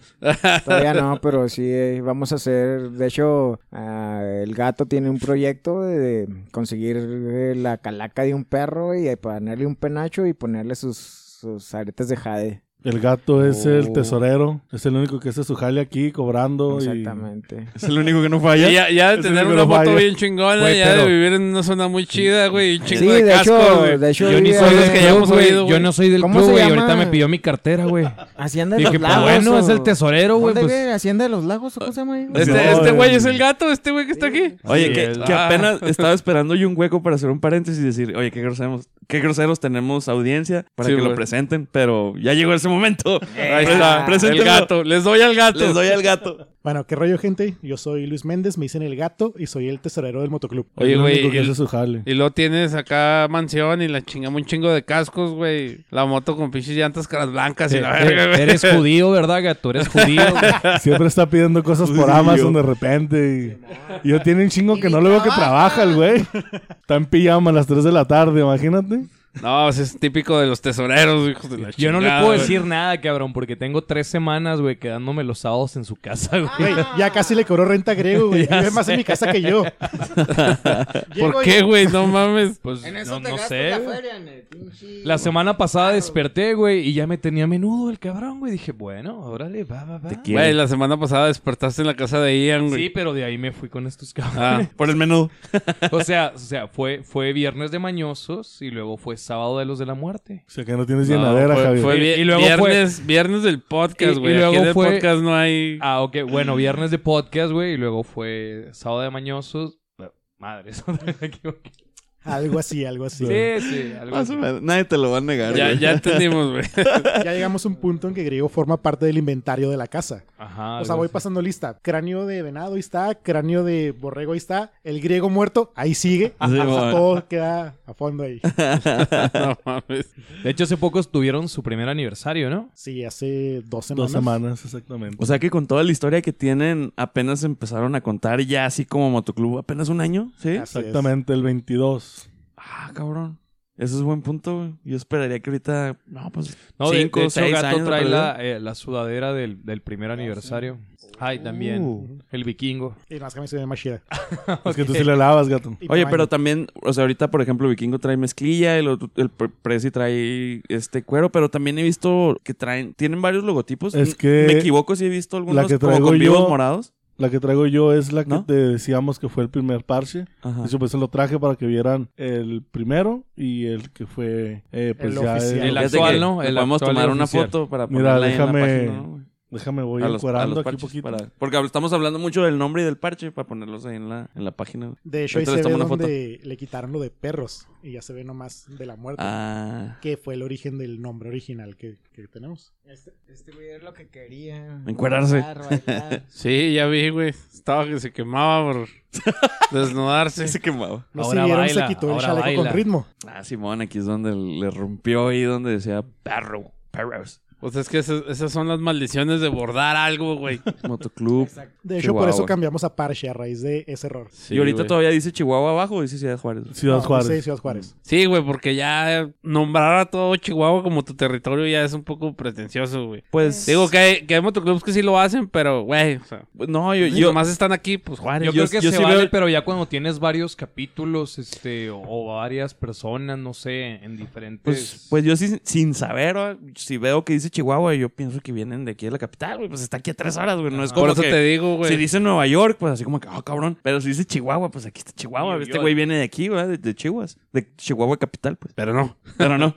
Todavía no, pero sí eh, vamos a hacer. De hecho, ah, el gato tiene un proyecto de conseguir eh, la calaca de un perro y eh, ponerle un penacho y ponerle sus, sus aretes de jade.
El gato es
Oh.
el tesorero. Es el único que hace su jale aquí cobrando. y-
Exactamente.
Es el único que no
Y
falla.
ya, ya de
Ese
tener
es el
una foto
Falla.
bien chingona,
Güey,
ya
pero-
de vivir en una zona muy chida, güey, y un
Sí,
chingo
de,
de, casco,
hecho,
güey.
de hecho,
Yo ni
vive-
soy de los que ya hemos
güey,
oído, güey.
Yo no soy del
¿Cómo
club,
se
güey.
llama?
Ahorita me pidió mi cartera, güey.
Hacienda de
Dije,
los
pues
Lagos.
bueno, es el
tesoro
tesorero, güey.
¿Dónde
Pues,
vive? ¿Hacienda de los Lagos o cómo se llama ahí, güey?
Este,
No,
este
güey.
güey es el gato, este güey que está aquí.
Oye,
Sí,
que,
es-
que
Ah.
apenas estaba esperando yo un hueco para hacer un paréntesis y decir, oye, qué groseros, qué groseros tenemos audiencia para
Sí,
que
güey.
lo presenten, pero ya llegó ese momento.
Ahí está, el
preséntenlo.
gato. Les doy al gato.
Les doy al gato.
Bueno, qué rollo, gente. Yo soy Luis Méndez, me dicen el gato y soy el tesorero del motoclub.
Oye,
el
güey,
único que
el-
hace su jale.
Y luego tienes acá mansión y la chingamos un chingo de cascos, güey. La moto con pinches llantas caras blancas y la
eh,
verga, güey.
eres judío, ¿verdad, gato? Eres judío. güey.
Siempre está pidiendo cosas por
Judío.
Amazon de repente. Y yo tiene un chingo que no lo veo que trabaja el güey. Está en pijama a las 3 de la tarde, imagínate.
No, ese es típico de los tesoreros, hijos de la
Yo no le
chingada,
puedo
güey.
decir nada, cabrón, porque tengo tres semanas, güey, quedándome los sábados en su casa,
Ah,
güey.
Güey, ya casi le cobró renta a griego, güey. Vive más en mi casa que yo.
¿Por qué, güey? No mames.
Pues no, no
gastas
sé.
la
güey.
feria, en el pinche-
La semana pasada desperté, güey, y ya me tenía menudo el cabrón, güey. Dije, bueno, órale, va, va, va.
quiero.
Güey, la semana pasada despertaste en la casa de Ian, güey.
Sí, pero de ahí me fui con estos cabrones.
Ah,
Por el menudo.
O sea, o sea, fue, fue viernes de mañosos y luego fue sábado de los de la muerte.
O sea que no tienes
no,
llenadera,
fue,
Javier.
fue
Y-
vi-
y luego fue-
viernes, viernes del podcast,
Y- y
güey. Aquí
luego
en el
fue-
podcast no hay...
Ah, ok, bueno, viernes de podcast, güey, y luego fue sábado de mañosos. Madre, eso me equivoqué.
Algo así, algo así.
Sí, sí, algo
Más o
así.
menos. Nadie te lo va a negar.
Ya,
güey.
ya entendimos, güey.
Ya llegamos a un punto en que griego forma parte del inventario de la casa.
Ajá.
O sea,
algo
voy
así.
pasando lista. Cráneo de venado, ahí está. Cráneo de borrego, ahí está. El griego muerto, ahí sigue. O sea,
bueno.
todo queda a fondo ahí.
No mames.
De hecho, hace poco tuvieron su primer aniversario, ¿no?
Sí, hace dos semanas.
Dos semanas, exactamente.
O sea que con toda la historia que tienen, apenas empezaron a contar ya así como Motoclub, apenas un año, ¿sí?
Así es.
exactamente, el 22.
Ah, cabrón. Eso es buen punto, güey. Yo esperaría que ahorita, no, pues
No, de-
cinco,
de, hecho,
seis
Gato
años,
trae
tal
la, eh, la sudadera del, del primer aniversario. Ay, también.
Uh.
El vikingo.
Y más que me suena más chida.
Es que tú sí le lavas, gato.
Y
Oye,
tamaño.
pero también, o sea, ahorita, por ejemplo, Vikingo trae mezclilla, el, otro- el Pre- Prezi trae este cuero, pero también he visto que traen, tienen varios logotipos.
Es
N-
que
Me equivoco si he visto algunos
que
como
traigo
con vivos
yo-
morados.
La que traigo yo es la que
¿No?
te decíamos que fue el primer parche.
Ajá.
Ah.
Eso pues se lo traje para que vieran el primero y el que fue eh, pues
El
ya
oficial.
el-
El
Fíjate
actual,
que
¿no?
le
El
podemos
actual
tomar
y
una
oficial.
foto para
Mira,
ponerla ahí en la
déjame-
página, ¿no, güey?
Déjame voy
A los, a
encuadrando
los
aquí un
parches
poquito.
para- porque estamos hablando mucho del nombre y del parche para ponerlos ahí en la, en la página. güey.
De hecho, ahí
Ahorita
se
les
ve
tomo una foto.
donde le quitaron lo de perros. Y ya se ve nomás de la muerte.
Ah,
que fue el origen del nombre original que, que tenemos.
Este, este güey es lo que quería.
Encuerarse.
Bailar, bailar.
Sí, ya vi, güey. Estaba que se quemaba por desnudarse.
sí se quemaba.
No
Ahora
si vieron,
baila,
se quitó el
ahora
chaleco
baila.
con ritmo.
Ah, Simón, aquí es donde le rompió ahí donde decía perro, perros.
O sea, Pues es que esas, esas son las maldiciones de bordar algo, güey.
Motoclub.
De hecho, por eso
Chihuahua.
cambiamos a Parche a raíz de ese error.
Sí,
y ahorita
güey.
todavía dice Chihuahua abajo o dice Ciudad Juárez.
Ciudad
No,
Juárez.
Sí, Ciudad Juárez.
Sí, güey, porque ya nombrar a todo Chihuahua como tu territorio ya es un poco pretencioso, güey.
Pues
Digo que hay, que hay motoclubs que sí lo hacen, pero, güey, o sea,
no, yo,
si
yo
nomás están aquí, pues Juárez.
Yo,
Yo-
creo que
yo
se
sí
vale,
veo-
pero ya cuando tienes varios capítulos, este, o, o varias personas, no sé, en diferentes...
pues, pues yo sí- sin saber, ¿va? si veo que dice Chihuahua, yo pienso que vienen de aquí de la capital, güey, pues está aquí a tres horas, güey, no es como
Por eso
que-
te digo, güey.
Si dice Nueva York, pues así como que, ah, cabrón. Pero si dice Chihuahua, pues aquí está Chihuahua.
New
Este
York.
güey viene de aquí, ¿verdad? De, de Chihuas. De Chihuahua capital, pues.
Pero no.
Pero no.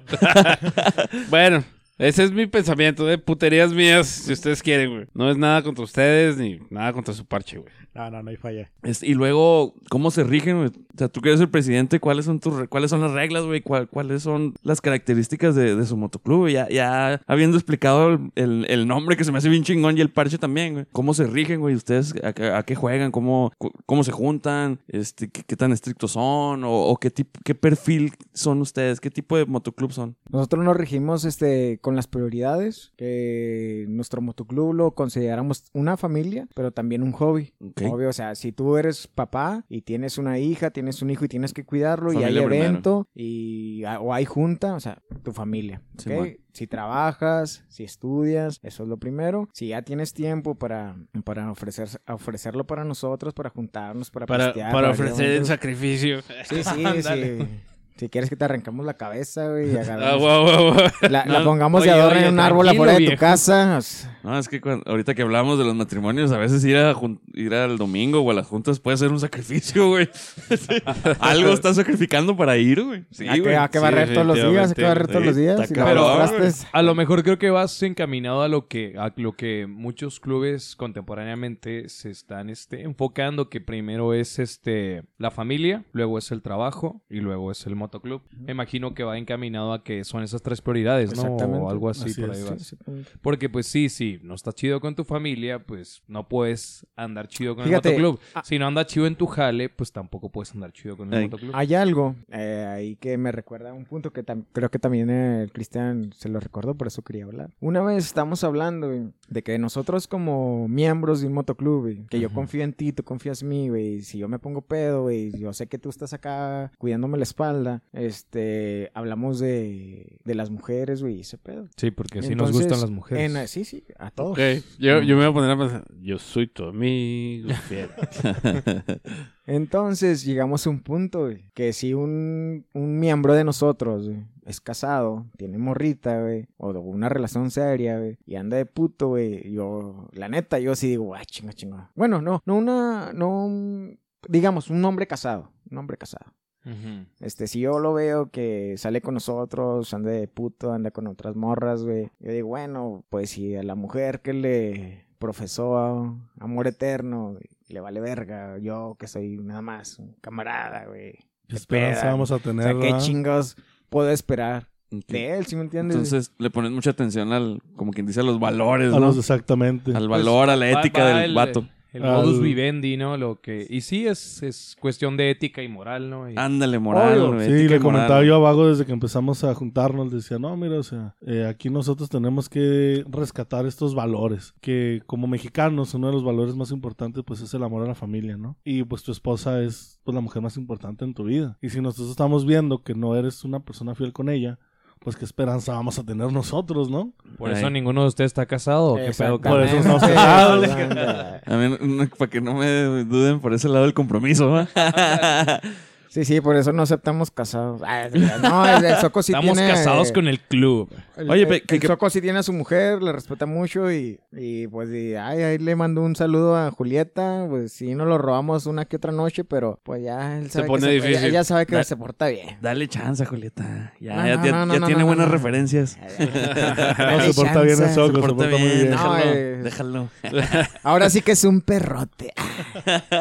Bueno, ese es mi pensamiento de puterías mías, si ustedes quieren, güey. No es nada contra ustedes ni nada contra su parche, güey.
No, no, no hay falla.
Este, y luego, ¿cómo se rigen, güey? O sea, tú que eres el presidente, ¿cuáles son tus, re- cuáles son las reglas, güey? ¿Cuál- ¿Cuáles son las características de, de su motoclub? güey? Ya, ya habiendo explicado el, el- el nombre que se me hace bien chingón y el parche también, güey. ¿Cómo se rigen, güey? ¿Ustedes a, qué- a qué juegan? ¿Cómo, cu- cómo se juntan? Este, ¿qué, qué tan estrictos son? ¿O, o qué, tip- qué perfil son ustedes? ¿Qué tipo de motoclub son?
Nosotros nos regimos este, con las prioridades, que nuestro motoclub lo consideramos una familia, pero también un hobby.
Ok.
Obvio, o sea, si tú eres papá y tienes una hija, tienes un hijo y tienes que cuidarlo y hay
Familia primero.
evento y, o hay junta, o sea, tu familia. ¿ok?
Simón.
Si trabajas, si estudias, eso es lo primero. Si ya tienes tiempo para, para ofrecer, ofrecerlo para nosotros, para juntarnos, para
Para,
pistear,
para
ir a
ofrecer el
eventos.
sacrificio.
Sí, sí, sí. Si quieres que te arrancamos la cabeza, güey, y
Ah,
agarramos-
guau, guau, guau.
la,
No,
la pongamos de
oye,
adorno
oye,
en un árbol afuera de
tranquilo,
tu casa. o sea,
No, es que cuan- ahorita que hablamos de los matrimonios, a veces ir, a jun- ir al domingo o a las juntas puede ser un sacrificio, güey. Sí. Algo estás sacrificando para ir, güey. Sí,
hay que,
güey.
hay que barrer
sí,
todos los días, hay que barrer
sí,
todos los días.
está
y lavar los
cabrón, güey.
trastes.
A lo mejor creo que vas encaminado a lo que, a lo que muchos clubes contemporáneamente se están este, enfocando, que primero es este la familia, luego es el trabajo y luego es el motoclub. Me imagino que va encaminado a que son esas tres prioridades, ¿no? O
Exactamente.
algo así,
Así
por
es,
ahí
sí.
vas. Porque pues sí, sí, no está chido con tu familia, pues no puedes andar chido con
Fíjate, ah.
el motoclub.
a-
Si no andas chido en tu jale, pues tampoco puedes andar chido con el
Ey.
motoclub.
Hay algo eh, ahí que me recuerda a un punto que tam- creo que también eh, el Cristian se lo recordó, por eso quería hablar. Una vez estamos hablando güey, de que nosotros como miembros de un motoclub, güey, que yo confío en ti, tú confías en mí, güey, y si yo me pongo pedo, güey, yo sé que tú estás acá cuidándome la espalda, este, hablamos de, de las mujeres, güey, y ese pedo.
Sí, porque sí nos
Entonces,
gustan las mujeres.
en- eh, sí, sí, a todos.
Ok, yo, yo me voy a poner a pensar. Yo soy tu amigo. fiel.
Entonces llegamos a un punto güey, que si un, un miembro de nosotros güey, es casado, tiene morrita, güey, o de una relación seria, güey, y anda de puto, güey, yo, la neta, yo sí digo, ah, chinga, chinga. Bueno, no, no una, no, un- digamos, un hombre casado, un hombre casado.
Ujú.
Este, si yo lo veo que sale con nosotros, anda de puto, anda con otras morras, güey. Yo digo, bueno, pues si a la mujer que le profesó amor eterno, güey, le vale verga. Yo que soy nada más un camarada, güey.
¿Qué
Qué
esperanza
peda,
Pues, vamos a
O
tener?
sea, ¿qué
¿verdad?
chingados puedo esperar
Ok.
de él, si me entiendes?
Entonces le pones mucha atención al, como quien dice, a los valores,
A
¿no?
los Ah, Pues, exactamente.
Al valor, a la
Va-
ética
va
del
el-
vato.
El
Al-
modus vivendi, ¿no? Lo que... Y sí, es, es cuestión de ética y moral, ¿no? Y-
Ándale, moral,
Obvio.
güey,
Sí,
ética
le
y moral.
comentaba yo a Vago desde que empezamos a juntarnos. Decía, no, mira, o sea, eh, aquí nosotros tenemos que rescatar estos valores. Que como mexicanos, uno de los valores más importantes, pues es el amor a la familia, ¿no? Y pues tu esposa es, pues, la mujer más importante en tu vida. Y si nosotros estamos viendo que no eres una persona fiel con ella, pues qué esperanza vamos a tener nosotros, ¿no?
Por
Ahí.
eso ninguno de ustedes está casado. ¿o oh, ¿Qué pedo con
Por eso
Exactamente.
no se
A mí, no- para que no me duden por ese lado del compromiso, ¿va?
Sí, sí, por eso no aceptamos casados. Ah, No, el, el Soco sí
Estamos
tiene-
casados con el club.
El-
Oye,
el-
pe- que-
el
que-
Soco sí tiene a su mujer, la respeta mucho y, y pues y, ay, ahí le mando un saludo a Julieta, pues sí nos lo robamos una que otra noche, pero pues ya él sabe
pone
que
difícil.
Ella, ella sabe que
Da-
se porta bien.
Dale chance, Julieta. Ya,
No,
ya,
no,
ya-
no, no,
ya
no,
tiene
no,
buenas
no.
referencias.
No,
Dale
se porta bien el
chance.
soco,
Se porta
muy
bien,
bien.
déjalo.
No, eh.
déjalo.
Ahora sí que es un perrote. Ah,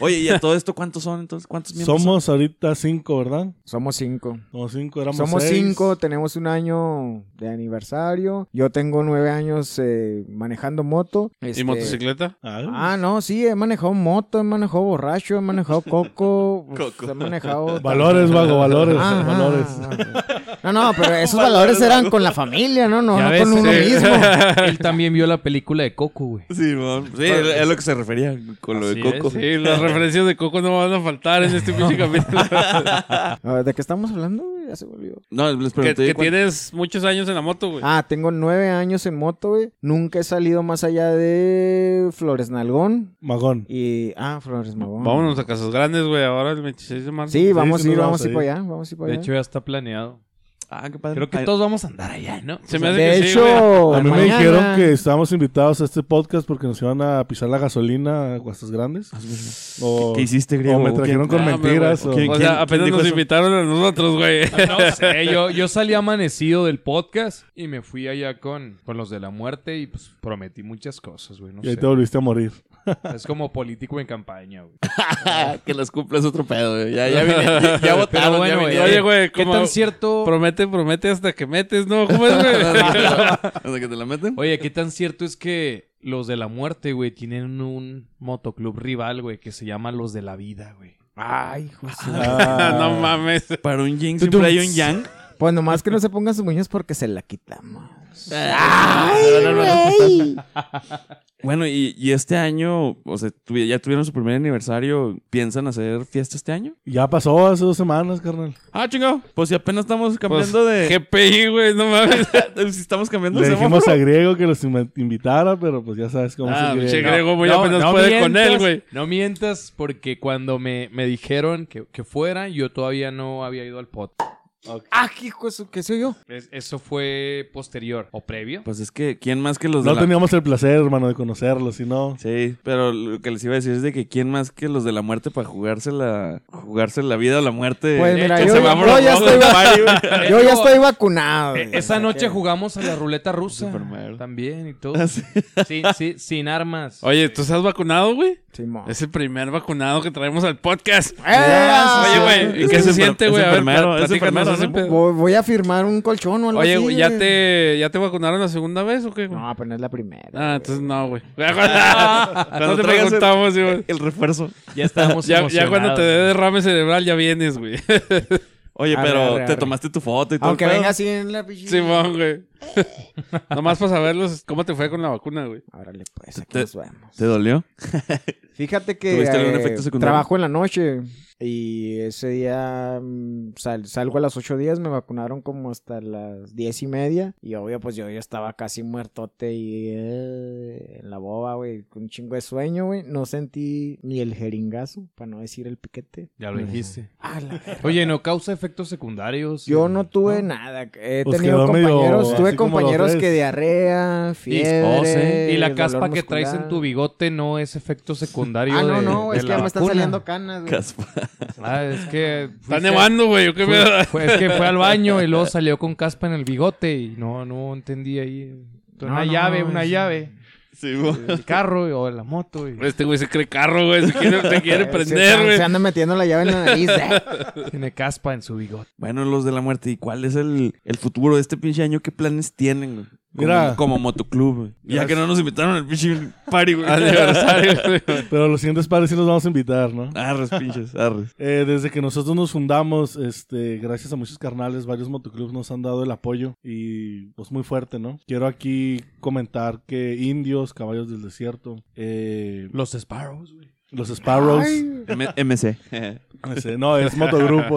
Oye, ¿y a todo esto cuántos son entonces? ¿Cuántos miembros son?
Somos ahorita cinco, ¿verdad?
Somos cinco.
Como cinco, éramos
Somos
seis.
cinco, tenemos un año de aniversario. Yo tengo nueve años eh, manejando moto.
¿Y
Este,
motocicleta?
Ah,
Ah, no, sí, he manejado moto, he manejado borracho, he manejado coco, pues,
Coco.
he manejado...
Valores, Vago, valores,
Ajá,
valores.
ajá. No, no, pero esos valores eran con la familia, ¿no? No,
Ya
no
ves,
con uno
sí.
mismo.
Él también vio la película de Coco, güey.
Sí, mon. sí es es lo que se refería con lo de
Así
Coco.
Sí, las referencias de Coco no van a faltar en este pinche capítulo.
A ver, Ah, ¿De qué estamos hablando? güey? Ya se me olvidó.
No, les
que
pregunté.
que
cuán-
tienes muchos años en la moto, güey.
Ah, tengo nueve años en moto, güey. Nunca he salido más allá de Flores Nalgón
Magón.
y... Ah, Flores Magón.
Vámonos a Casas Grandes, güey, ahora el 26 de marzo.
Sí, vamos
sí,
a ir,
nos
vamos
vamos
a
a
ir
ir.
para allá, vamos a ir para
De
allá.
hecho, ya está planeado.
Ah, qué padre.
Creo que
Ay,
todos vamos a andar allá, ¿no?
Se me hace
de
que sí,
hecho,
güey.
A mí me
mañana-
dijeron que estábamos invitados a este podcast porque nos iban a pisar la gasolina a Cuestas Grandes. O,
¿Qué hiciste, griego?
o me trajeron con
Ah, me-
mentiras. o-
O sea,
quién- quién
apenas
dijo
nos
eso? Ah,
invitaron a nosotros, güey.
No sé, yo, yo salí amanecido del podcast y me fui allá con, con los de la muerte y pues prometí muchas cosas, güey. No
Y ahí
sé.
te volviste a morir.
Es como político en campaña, güey.
Ah, que las cumplas otro pedo, güey. Ya, ya vine. Ya, ya votaron,
Pero
ya
bueno, güey.
vine.
Oye, güey,
¿Qué
como-
tan cierto?
Promete, promete hasta que metes, ¿no? ¿Cómo es,
Ah.
güey?
Hasta que te la meten.
Oye, ¿qué tan cierto es que los de la muerte, güey, tienen un motoclub rival, güey, que se llama Los de la Vida, güey?
Ay, hijo de su-
Ah. no mames.
Para un yin siempre hay un yang.
Pues nomás que no se pongan sus muños porque se la quitamos.
Bueno, y, y este año, o sea, tuvi- ya tuvieron su primer aniversario. ¿Piensan hacer fiesta este año?
Ya pasó hace dos semanas, carnal.
Ah, chingado. Pues si apenas estamos
Pues,
cambiando de.
GPI, güey, no mames.
Si estamos cambiando
Le
de
dijimos
semáforo.
a Griego que los inv- invitara, pero pues ya sabes cómo
Ah,
se
pinche
griego.
Griego muy apenas puede con él, güey.
No mientas, porque cuando me, me dijeron que, que fuera, yo todavía no había ido al podcast.
Ah, hijo, eso, ¿qué soy yo?
Es- eso fue posterior o previo.
Pues es que, ¿quién más que los
No
de la...
teníamos el placer, hermano, de conocerlo, si no.
Sí, pero lo que les iba a decir es de que quién más que los de la muerte para jugarse la, jugarse la vida o la muerte.
Pues
Eh,
mira,
que
yo,
se va por
yo
los
ya
lados
estoy,
del
va-
barrio, güey.
yo ya
Eh,
estoy vacunado.
Eh,
güey.
Esa
O sea
noche
que-
jugamos a la ruleta rusa.
Super mal.
También y todo. Sí, sí, sin armas.
Oye, ¿tú estás vacunado, güey?
Simón.
Es el primer vacunado que traemos al podcast.
¡Eh!
Oye, güey, ¿y
Es
qué
que
se
es
siente,
enfer-
güey?
es
A ver,
enfermero,
plá-
es
platícanos
enfermero,
ese
¿no?
pedo.
Voy, voy a firmar un colchón o algo
Oye,
así,
güey, ¿ya te, ¿ya te vacunaron la segunda vez o qué, güey?
No, apenas la primera.
Ah,
güey.
entonces no, güey. no te
traigas Ah. el-
preguntamos, güey.
El refuerzo.
Ya estábamos
Ya, ya cuando
emocionados.
te dé derrame cerebral ya vienes, güey.
Oye,
Arre,
pero
arre,
te
arre.
tomaste tu foto y todo. el
Aunque
pedo.
venga así en la pichita.
Simón, güey. Nomás para saberlos cómo te fue con la vacuna, güey.
Árale, pues, aquí
Te-
nos vemos.
¿Te dolió?
Fíjate que
¿Tuviste algún
eh,
efecto secundario?
trabajo en la noche y ese día mm, sal- salgo a las 8 días, me vacunaron como hasta las diez y media y obvio pues yo ya estaba casi muertote y eh, en la boba, güey, con un chingo de sueño, güey, no sentí ni el jeringazo, para no decir el piquete.
Ya lo dijiste.
Ah, la verga.
Oye, ¿no causa efectos secundarios?
Yo no tuve nada, he
Pues
tenido
quedó medio
compañeros,
así
tuve
como los
compañeros que
tres.
diarrea, fiebre,
Y la
dolor
caspa que traes en
Eh, muscular.
tu bigote no es efecto secundario.
Ah, no,
de-
no,
de
es que
la
ya me están
vacuna.
saliendo canas, güey.
Caspa.
Ah, es que.
Está
fuiste-
nevando, güey. ¿o qué
fue-
pedo?
fue- es que fue al baño y luego salió con caspa en el bigote y no, no entendí ahí. Una
No, no,
llave, una
es-
llave.
Sí, mo.
El carro y- o la moto. y-
Este güey se cree carro, güey. Se quiere, se quiere
Eh,
prender,
se,
güey.
se anda metiendo la llave en la nariz. eh.
Tiene caspa en su bigote.
Bueno, los de la muerte, ¿y cuál es el, el futuro de este pinche año? ¿Qué planes tienen, güey? Como-
Mira.
Como, motoclub, güey. Ya que no nos invitaron al pinche party, güey.
Aniversario, güey.
Pero los siguientes padres sí los vamos a invitar, ¿no?
Arres, pinches, arres.
Eh, desde que nosotros nos fundamos, este, gracias a muchos carnales, varios motoclubs nos han dado el apoyo y pues muy fuerte, ¿no? Quiero aquí comentar que Indios, Caballos del Desierto, eh,
Los Sparrows, güey.
los Sparrows,
M- MC.
ese, no, es motogrupo.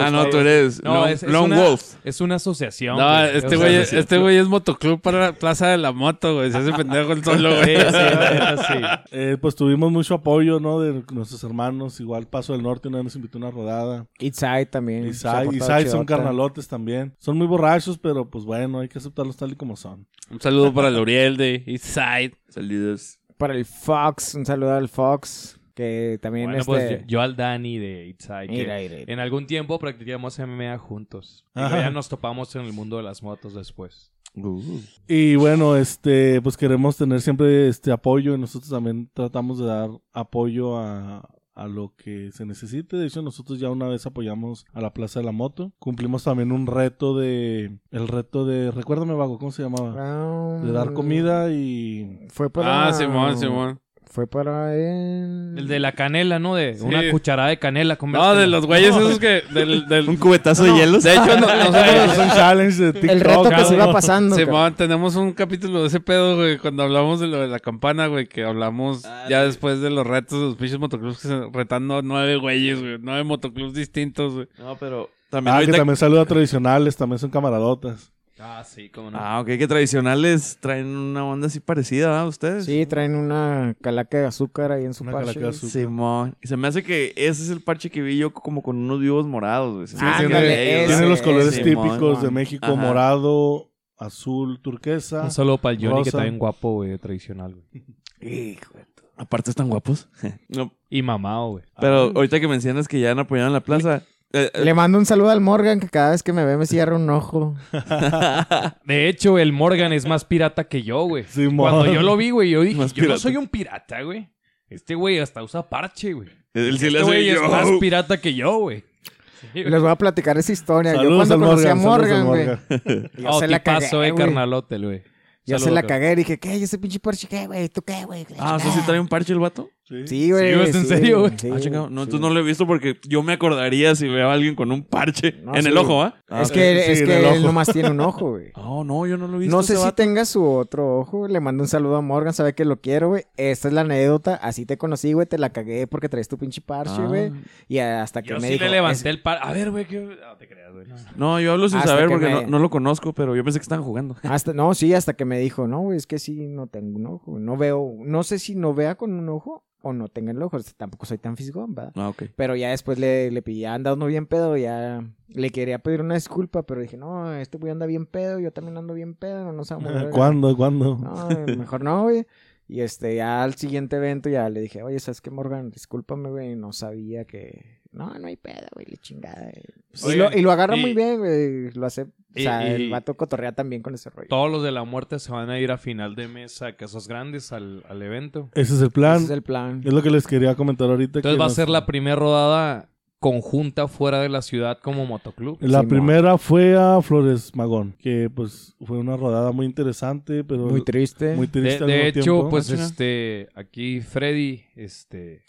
ah, no, tú eres
No,
Lon-
es, es
Lone
una,
Wolf.
Es una asociación.
No,
güey.
este
O sea,
güey,
sí,
este güey es motoclub para la plaza de la moto, güey. Se hace pendejo el solo,
sí,
güey.
sí, la
este-
neta, sí.
Eh, pues tuvimos mucho apoyo, ¿no? De nuestros hermanos, igual Paso del Norte una vez nos invitó a una rodada.
Itzai también.
Y
se ha
Sai
portado
y Sai son
chidota.
carnalotes también. Son muy borrachos, pero pues bueno, hay que aceptarlos tal y como son.
Un saludo para el Uriel de Eastside.
Salidas.
Para el Fox, un saludo al Fox. Que también
Bueno,
este...
pues yo, yo al Dani de Itzai. que
Mira, mira, mira.
En algún tiempo practicamos MMA juntos. Y
Ajá.
luego ya nos topamos en el mundo de las motos después.
Uh.
Y bueno, este, pues queremos tener siempre este apoyo y nosotros también tratamos de dar apoyo a, a lo que se necesite. De hecho, nosotros ya una vez apoyamos a la Plaza de la Moto. Cumplimos también un reto de, el reto de, recuérdame vago, ¿cómo se llamaba?
Ah,
De dar comida Ah, y
Fue para...
Ah, Simón, Simón.
Fue para el...
El de la canela, ¿no? De
Sí.
una cucharada de canela.
No, de
conviértela.
los güeyes esos que. Del, del-
Un cubetazo de hielos.
de hecho, no-
Es
nosotros.
un challenge de TikTok.
El reto que se
cabrón.
iba pasando. cabrón.
Simón, tenemos un capítulo de ese pedo, güey, cuando hablamos de lo de la campana, güey, que hablamos
Ah,
ya después de los retos de los pinches motoclubs que se retando nueve güeyes, güey, nueve motoclubs distintos, güey.
No, pero también
Ah, que
ahorita-
también saluda a tradicionales, también son camaradotas.
Ah, sí, cómo no.
Ah, ok, que tradicionales traen una onda así parecida, ¿verdad? Ustedes.
Sí, traen una calaca de azúcar ahí en su
Una
parche.
calaca de azúcar.
Simón. Y se me hace que ese es el parche que vi yo como con unos vivos morados, güey. Se me
Ah,
hace que
ándale,
era de ellos.
Tiene
ese,
los colores
ese.
Simón.
típicos de
Simón.
México,
Ajá.
morado, azul, turquesa.
Un saludo para el Johnny, que
Rosa.
está bien guapo, güey, tradicional, güey.
Hijo de tu- Aparte están guapos. No,
Y mamado, güey.
pero ahorita que mencionas que ya han apoyado en la plaza. eh, eh,
Ah. Le mando un saludo al Morgan que cada vez que me ve me cierra un ojo.
De hecho, el Morgan es más pirata que yo, güey.
Simón.
Cuando yo lo vi, güey, yo dije,
Más
yo no
pirata.
soy un pirata, güey. Este güey hasta usa parche, güey.
él sí le
Este
hace
güey es
yo.
más pirata que yo, güey. Sí, güey.
Les voy a platicar esa historia. yo
Saludos
cuando
al
conocí
Morgan.
a
saludos al
Morgan, güey.
Morgan.
Yo
Oh,
se la cagué,
tipazo, eh,
güey.
carnalote, güey.
Yo se
Saludos,
la
cabrón.
cagué. Dije, ¿qué? ¿Y ese pinche Porsche qué, güey? ¿Tú qué, güey?
Ah, o sea, sí trae un parche el vato.
Sí.
Sí, güey.
Sí, güey, ¿es en serio, güey?
sí,
ah, chingado. No,
sí.
entonces no lo he visto porque yo me acordaría si veo a alguien con un parche
No,
en el
sí.
ojo, ¿ah?
Es
sí,
que, es
en
que
el
él
ojo.
nomás tiene un ojo, güey.
Oh, no, yo no lo he visto.
No sé
ese
si
vato.
tenga su otro ojo. Le mando un saludo a Morgan, sabe que lo quiero, güey. Esta es la anécdota. Así te conocí, güey. Te la cagué porque traes tu pinche parche,
Ah.
güey. Y hasta que
Yo
me
sí
dijo,
le levanté
"Es-
el par. A ver, güey, que. No te creas, güey.
No, yo hablo sin
Hasta
saber
que
porque
me-
no, no lo conozco, pero yo pensé que estaban jugando.
Hasta, no, sí, hasta que me dijo, no, güey, es que sí, no tengo un ojo, no veo, no sé si no vea con un ojo o no tenga el ojo, o sea, tampoco soy tan fisgón, ¿verdad?
Ah, ok.
Pero ya después le, le pedí, anda uno bien pedo, ya le quería pedir una disculpa, pero dije, no, este güey anda bien pedo, yo también ando bien pedo, no nos vamos a volver a-
¿Cuándo? ¿Cuándo?
No, mejor no, güey. Y este, ya al siguiente evento ya le dije, oye, ¿sabes qué, Morgan? Discúlpame, güey, no sabía que... No, no hay pedo, güey, le chingada. güey". Y
Oigan,
lo, y lo agarra
y-
muy bien, güey, lo hace... O
y-
sea,
y-
el vato cotorrea también con ese rollo.
Todos los de la muerte se van a ir a final de mesa a Casas Grandes al, al evento.
Ese es el plan.
Ese
Es,
es el plan.
lo que les quería comentar ahorita.
Entonces
que
va a
nos-
ser la primera rodada conjunta fuera de la ciudad como motoclub.
La
Simón.
primera fue a Flores Magón, que pues fue una rodada muy interesante, pero
Muy
muy,
triste.
triste
de,
al
de
mismo
hecho,
tiempo.
pues
Así es.
este, aquí Freddy, este,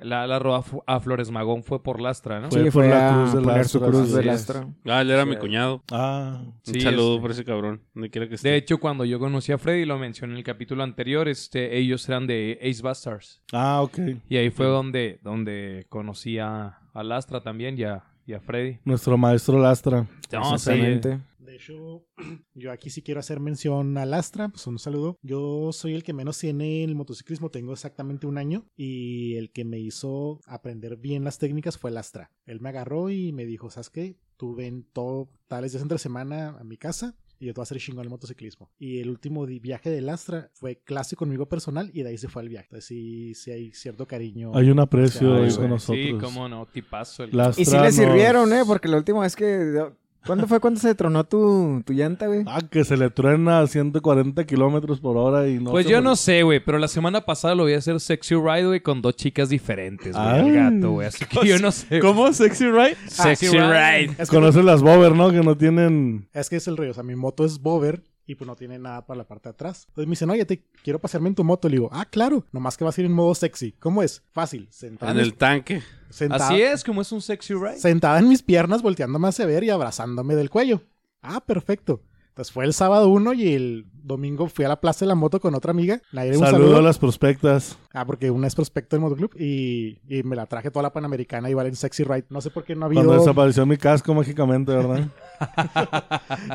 la, la roda fu- a Flores Magón fue por Lastra, ¿no?
Fue
sí,
por
fue
la
a
cruz del
poner
astro,
su cruz
así
del
es.
astro.
Ah, él era mi
Sí.
cuñado.
Ah,
Un
Sí,
saludo
este.
por ese cabrón, donde quiera
este.
que esté.
De hecho, cuando yo conocí a Freddy, lo mencioné en el capítulo anterior, este, ellos eran de Ace Bastards.
ah, ok.
Y ahí fue donde, donde conocí a, a Lastra también y a, y a Freddy.
Nuestro maestro Lastra.
No, sí,
Exactamente.
De hecho, yo aquí sí quiero hacer mención al Astra, pues un saludo. Yo soy el que menos tiene el motociclismo, tengo exactamente un año y el que me hizo aprender bien las técnicas fue el Astra. Él me agarró y me dijo, ¿sabes qué? Tú ven todo, tales días entre semana a mi casa y yo te voy a hacer chingón el motociclismo. Y el último di- viaje del Astra fue clase conmigo personal y de ahí se fue al viaje. Entonces sí, sí hay cierto cariño.
Hay un aprecio
Ay,
ahí
güey.
con nosotros.
Sí, cómo no, tipazo. El...
Lastra
Y sí le
nos-
sirvieron, ¿eh? Porque la última vez que... ¿Cuándo fue cuando se tronó tu, tu llanta, güey?
Ah, que se le truena a 140 kilómetros por hora y no.
Pues
se
yo
me-
no sé, güey, pero la semana pasada lo voy a hacer Sexy Ride, güey, con dos chicas diferentes, güey,
Ay.
al gato, güey. Así que yo no sé.
¿Cómo? ¿Sexy Right?
Sexy
Ah,
Ride.
Es que-
Conocen las Bober, ¿no? Que no tienen.
Es que es el rollo, o sea, mi moto es bober y pues no tiene nada para la parte de atrás. Entonces me dicen, oye, te quiero pasearme en tu moto. Le digo, ah, claro, nomás que vas a ir en modo sexy. ¿Cómo es? Fácil, sentada
en
en,
el
mis-
tanque.
sentada-
Así es, como es un Sexy Ride.
sentada en mis piernas, volteándome hacia ver y abrazándome del cuello. Ah, perfecto. Entonces fue el sábado uno y el domingo fui a la plaza de la moto con otra amiga.
Eh,
Naire, un
Saludo,
saludo.
a las prospectas.
Ah, porque una es prospecto del motoclub y, y me la traje toda la panamericana igual en sexy ride. No sé por qué no ha habido.
Cuando desapareció mi casco mágicamente, ¿verdad?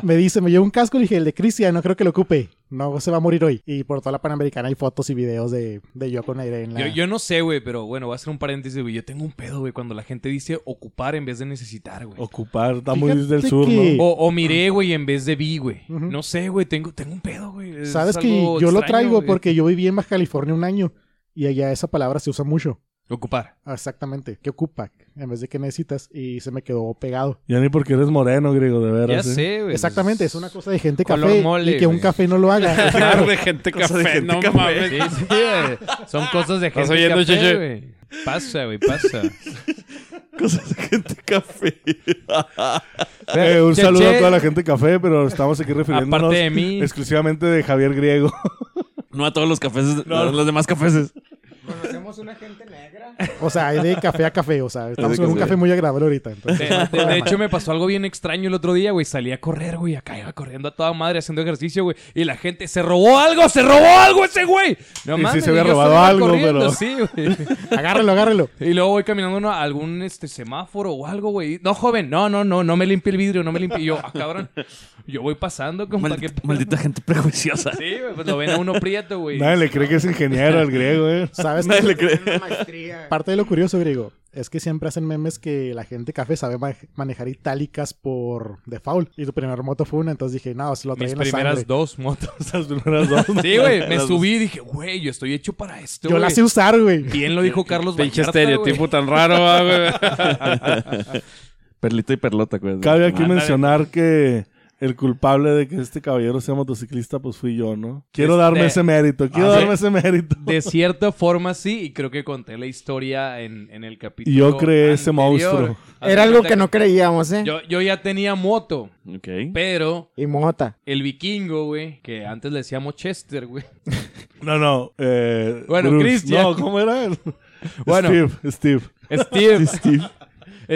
Me dice, me llevo un casco, le dije, el de Cristian, no creo que lo ocupe. No se va a morir hoy. Y por toda la Panamericana hay fotos y videos de, de yo con aire en la...
Yo, yo no sé, güey, pero bueno, voy a hacer un paréntesis, güey. Yo tengo un pedo, güey, cuando la gente dice ocupar en vez de necesitar, güey.
Ocupar, está muy
Fíjate
del sur,
que-
¿no?
O, o miré, güey, en vez de vi, güey.
Ujú.
No sé, güey, tengo, tengo un pedo, güey. Es
Sabes que yo
algo
lo
extraño,
traigo
güey.
porque yo viví en Baja California un año y allá esa palabra se usa mucho.
Ocupar.
Ah, Exactamente, que ocupa en vez de que necesitas y se me quedó pegado.
Ya ni porque eres moreno, griego, de
Ya
veras. ¿eh?
sé, güey.
Exactamente, es una cosa de gente
Pues Color
café
mole,
y que un
güey.
café no lo haga.
Claro, de gente
Cosa
Este café,
de gente
no
café.
Sí,
mames.
sí, güey. Son cosas de
¿Estás
gente
oyendo,
café,
Cheche?
güey. Pasa, güey, pasa.
Cosas de gente café.
Eh, un
Che,
saludo
che.
a toda la gente de café, pero estamos aquí refiriéndonos
Aparte de mí.
exclusivamente de Javier Griego.
no a todos los cafés, no. los demás cafés.
somos una gente negra.
O sea, hay de café a café, o sea, estamos
de
con un
café.
café muy agradable ahorita.
De,
Entonces,
de- de hecho, me pasó algo bien extraño el otro día, güey. Salí a correr, güey. Acá iba corriendo a toda madre haciendo ejercicio, güey. Y la gente se robó algo, se robó algo ese güey. No
sí,
mames,
se había
yo solo
robado
iba
algo,
corriendo,
pero-
Sí, güey.
agárrelo, agárrelo.
Y luego voy caminando a algún este, semáforo o algo, güey. No, joven, no, no, no, no me limpie el vidrio, no me limpie. Y yo, ah, cabrón. Yo voy pasando como para que.
Maldita, maldita gente prejuiciosa.
Sí, güey, pues lo ven a uno prieto, güey.
Nadie le cree que es ingeniero al griego, eh.
¿Sabes
Nadie
qué?
le cree.
Parte de lo curioso, griego, es que siempre hacen memes que la gente café sabe ma- manejar itálicas por default. Y tu primer moto fue una, entonces dije, no, se lo
Mis
traen a
primeras
sangre.
dos motos.
Las primeras dos. ¿no?
Sí, güey. Me subí y dije, güey, yo estoy hecho para esto.
Yo la
güey.
sé usar, güey.
Bien lo dijo Carlos
Pinche
Vallarta,
estereotipo
güey.
tan raro, ah, güey.
Perlita y perlota, güey.
Cabe aquí
Ah,
mencionar que el culpable de que este caballero sea motociclista, pues fui yo, ¿no? Quiero
Este-
darme ese mérito, quiero
Ah, sí.
darme ese mérito.
De cierta forma sí, y creo que conté la historia en, en el capítulo.
Y yo creé ese monstruo.
Haz
Era
de
algo
cuenta
que no creíamos, ¿eh?
Yo, yo ya tenía moto,
Ok.
pero
Y mota.
el vikingo, güey, que antes le decíamos Chester, güey.
No, no. Eh,
Bueno,
Bruce.
Cristian.
No, ¿cómo era él?
Bueno.
Steve, Steve.
Steve,
Steve.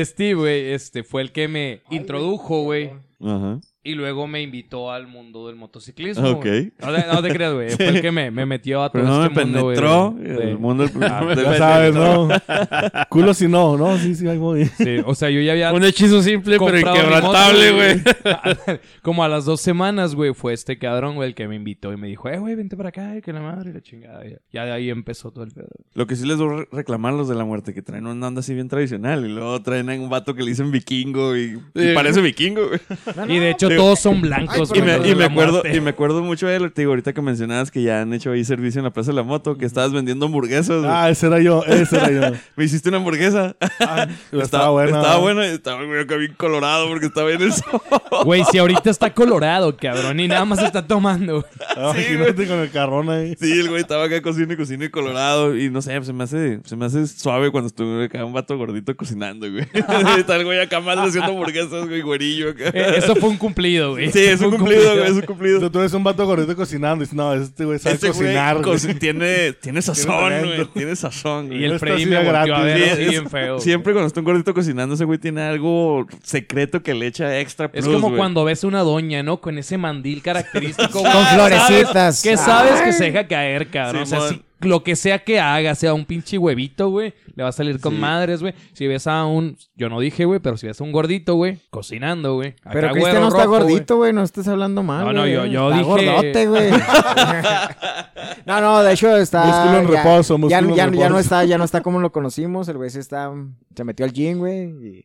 Steve, güey, este fue el que me introdujo, güey.
Ajá.
Y luego me invitó al mundo del motociclismo.
Ok.
güey. No, te- no te creas, güey. Fue el que me, me metió a todo
Pero no me
este mundo, güey,
penetró
de- de- Ah, pues,
el mundo del del-
Ya sabes, ¿no? Culo si no, ¿no? Sí, sí, ahí voy.
Sí, o sea, yo ya había
Un hechizo simple pero
comprado mi
inquebrantable,
moto,
güey.
Como a las dos semanas, güey, fue este cabrón, güey, el que me invitó y me dijo, eh, güey, vente para acá, eh, que la madre, y la chingada. Ya, ya de ahí empezó todo el pedo.
Lo que sí les voy a re- reclamar a los de la muerte, que traen una onda así bien tradicional. Y luego traen a un vato que le dicen vikingo y, y
Sí.
parece vikingo, güey.
y de hecho,
pero-
todos son blancos,
Y
güey.
me,
los
y
de
me
la
acuerdo,
muerte.
y me acuerdo mucho de él, te digo, ahorita que mencionabas que ya han hecho ahí servicio en la Plaza de la Moto, que estabas vendiendo hamburguesas. güey.
Ah, ese era yo, ese era yo. Ah,
Me hiciste una hamburguesa.
estaba buena. ¿eh?
Estaba buena y estaba güey, acá bien colorado porque estaba bien el sol.
Güey, si ahorita está colorado, cabrón, y nada más está tomando. güey.
Ah, Imagínate con el carrón ahí.
Sí, el güey estaba acá cocinando y cocinando y colorado. Y no sé, se me hace, se me hace suave cuando estuve acá un vato gordito cocinando, güey. Está el güey acá mal haciendo hamburguesas, güey, güerillo acá.
Eh, Eso fue un cumplido, güey.
Sí, es un cumplido, güey, es un cumplido.
Tú tú ves un vato gordito cocinando y dices, no, este güey sabe
Este
cocinar.
güey
güey.
coci- tiene, tiene sazón,
talento.
güey. Tiene sazón, güey.
Y el
Esto
Freddy
sí
me
era
volteó a
gratis.
ver
Sí,
así
es-
bien feo. güey.
Siempre cuando está un gordito cocinando, ese güey tiene algo secreto que le echa extra plus,
Es como
güey.
cuando ves una doña, ¿no? Con ese mandil característico. güey.
Con Ah.
¿Sabes?
florecitas.
Que sabes que
Ay.
se deja caer, cabrón.
Sí,
o sea,
mon.
si lo que sea que haga, sea un pinche huevito, güey, le va a salir con madres, güey. Si ves a un, yo no dije, güey, pero si ves a un gordito, güey, cocinando, güey. acá
Pero
güero
Cristian no está
rojo, güey.
gordito, güey. No estés hablando mal.
No, no,
güey.
yo- yo
Está
dije-
gordote, güey. no, no, de hecho está.
Músculo en reposo, músculo
ya,
en
ya- ya no
reposo.
está, ya no está como lo conocimos. El güey se está. Se metió al gym, güey. y-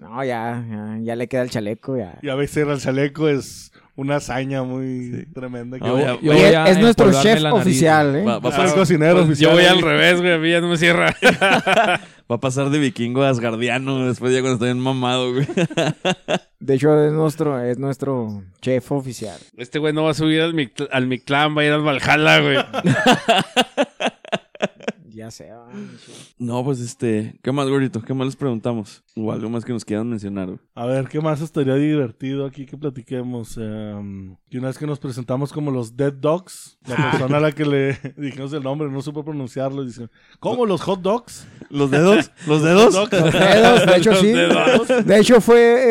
No, ya, ya, ya le queda el chaleco, ya.
Y a veces el chaleco es una hazaña muy tremenda. Que
Ah, ya,
Yo
Y
voy
es,
a
es nuestro
empolvarme
chef
eh, la nariz,
oficial, ¿eh?
Va, va a
Va para el
pasar-
cocinero
pues, Yo
oficial.
voy al
ahí.
revés, güey. A mí ya no me cierra.
va a pasar de vikingo a asgardiano después ya cuando está bien mamado, güey.
De hecho, es nuestro, es nuestro chef oficial.
Este güey no va a subir al mi, al mi clan, va a ir al Valhalla, güey.
Ya sé. va.
No, pues este, ¿qué más, gordito? ¿Qué más les preguntamos? O algo más que nos quieran mencionar, güey.
A ver, ¿qué más estaría divertido aquí que platiquemos? Em, que una vez que nos presentamos como los Dead Dogs, la persona a la que le dijimos el nombre no supo pronunciarlo. y Dice, ¿Cómo los hot dogs?
¿Los dedos? ¿Los dedos?
Los dedos, de hecho,
Los
sí.
dedos.
De hecho, fue.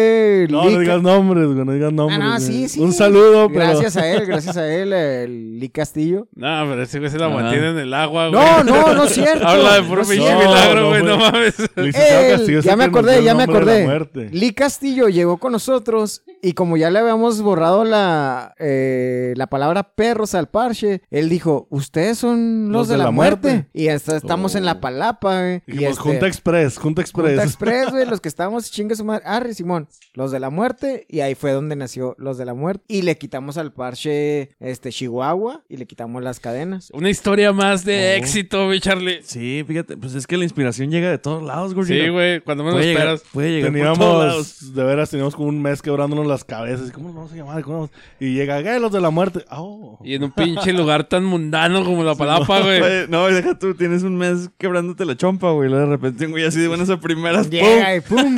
eh,
No, no
Lica-
digas nombres, güey, no digas nombres.
Ah, no,
güey.
sí, sí.
Un saludo, pero...
Gracias a él, gracias a él, el Lee Castillo.
No, pero ese güey se la
Ah.
mantiene en el agua, güey.
No, no, no es cierto.
Habla de puro
No es
pinche
cierto.
milagro,
No,
güey.
no,
No, mames.
El licenciado
Él,
Castillo es el
ya me
que anunció
acordé,
el
ya me
nombre de la
acordé.
muerte.
Lee Castillo llegó con nosotros y como ya le habíamos borrado la, eh, la palabra perros al parche, él dijo, ustedes son los, de, la, muerte. Y hasta estamos en la palapa, güey. Y
Oh. Dijimos,
este,
Junta Express, Junta Express.
Junta Express, güey, los que estábamos chingue su madre. Arre, Simón, los de la muerte. Y ahí fue donde nació los de la muerte. Y le quitamos al parche este Chihuahua y le quitamos las cadenas.
Una historia más de éxito, güey, Charlie.
Sí, fíjate, pues es que la inspiración llega de todos lados, gordito.
Sí, güey. Cuando menos
Puede llegar,
esperas.
puede llegar por todos lados.
Teníamos, de veras, teníamos como un mes quebrándonos la las cabezas. ¿Cómo nos vamos a llamar? ¿Cómo nos vamos a-?" Y llega, "Eh, los de la muerte. Ah, oh.
Y en un pinche lugar tan mundano como la palapa, güey.
Oye, No, deja tú, tienes un mes quebrándote la chompa, güey. Luego de repente, un güey, así de buenas a primeras. ¡pum!
Llega y pum.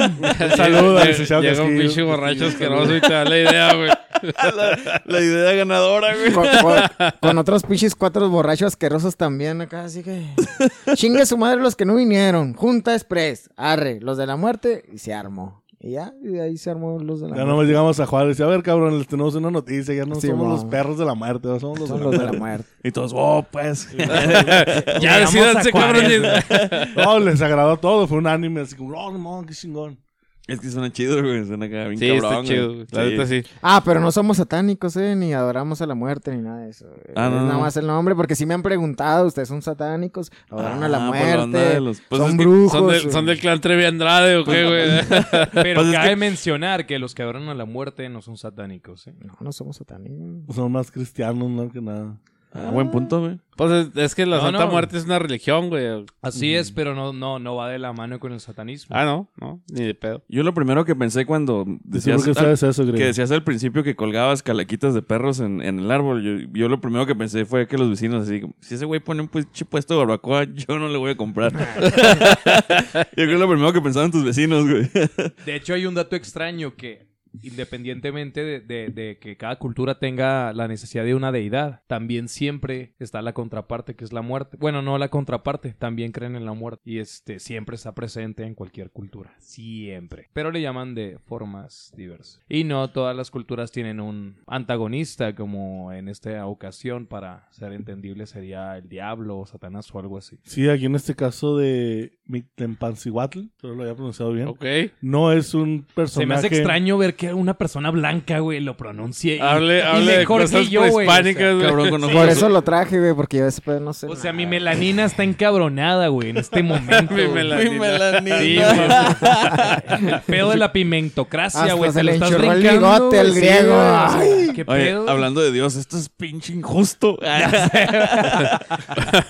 Saluda.
al licenciado
Llega un
Castillo.
pinche borracho asqueroso y te da la idea, güey.
La, la idea ganadora, güey.
Con, con- con otros pinches cuatro borrachos asquerosos también acá, así que... Chingue su madre los que no vinieron. Junta Express. Arre, los de la muerte. Y se armó. Y ya, y de ahí se armó los de la
Ya
muerte.
nomás llegamos a Juárez. Y a ver, cabrón, les tenemos una noticia. Ya no
Sí,
somos
mo.
los perros de la muerte, ahora somos los
Son
de la
los de
muerte.
la muerte.
Y todos, oh, pues.
Ya decidanse, cabrones.
No, les agradó todo. Fue un anime así como, oh, no, mames, qué chingón.
Es que suena chido, güey. Suena acá bien
Sí,
cabrón.
está
güey.
chido. güey. La
Sí.
neta sí.
Ah, pero no somos satánicos, ¿eh? Ni adoramos a la muerte, ni nada de eso.
Ah,
es
no,
nada
no.
más el nombre, porque si me han preguntado, ¿ustedes son satánicos? ¿Adoran a la
Ah, por la onda de
muerte?
los- pues
¿Son
es que
brujos?
Son, del-
güey.
son del clan Trevi Andrade, ¿o qué, güey?
Pero
Pues es
cabe
que-
mencionar que los que adoran a la muerte no son satánicos, ¿eh?
No, no somos satánicos.
Son más cristianos, no que nada.
Ah, buen punto, güey.
Pues es, es que la
No,
Santa
no.
Muerte es una religión, güey.
Así es, pero no, no, no va de la mano con el satanismo.
Ah, no, no, ni de pedo.
Yo lo primero que pensé cuando decías,
Decías, ¿Por qué
al-
sabes eso, Greg?
que decías al principio que colgabas calaquitas de perros en, en el árbol, yo, yo lo primero que pensé fue que los vecinos así, como, si ese güey pone un pinche puesto de barbacoa, yo no le voy a comprar. yo creo que lo primero que pensaban tus vecinos, güey.
De hecho, hay un dato extraño que, independientemente de, de- de que cada cultura tenga la necesidad de una deidad, también siempre está la contraparte, que es la muerte. Bueno, no la contraparte, también creen en la muerte. Y este siempre está presente en cualquier cultura. Siempre. Pero le llaman de formas diversas. Y no todas las culturas tienen un antagonista, como en esta ocasión, para ser entendible, sería el diablo o Satanás o algo así.
Sí, aquí en este caso de Mictlempanzihuatl, pero lo había pronunciado bien.
Ok.
No es un personaje.
Se me hace extraño ver que una persona blanca, güey, lo pronuncie. y-
Hable,
y
hable de
mejor que
cosas
yo, güey, o sea,
prehispánicas, güey.
Cabrón, conozco
Por
los-
eso lo traje, güey, porque yo después no sé.
O sea,
nada.
mi melanina está encabronada, güey, en este momento.
Mi
güey.
melanina.
Mi melanina.
Sí, güey.
El pedo de la pimentocracia,
Hasta
güey.
se
Te lo
le
estás
enchorró el
brincando,
bigote al
güey, sí,
griego.
güey, o sea,
Ay.
¿Qué
Oye,
pedo?
hablando de Dios, esto es pinche injusto.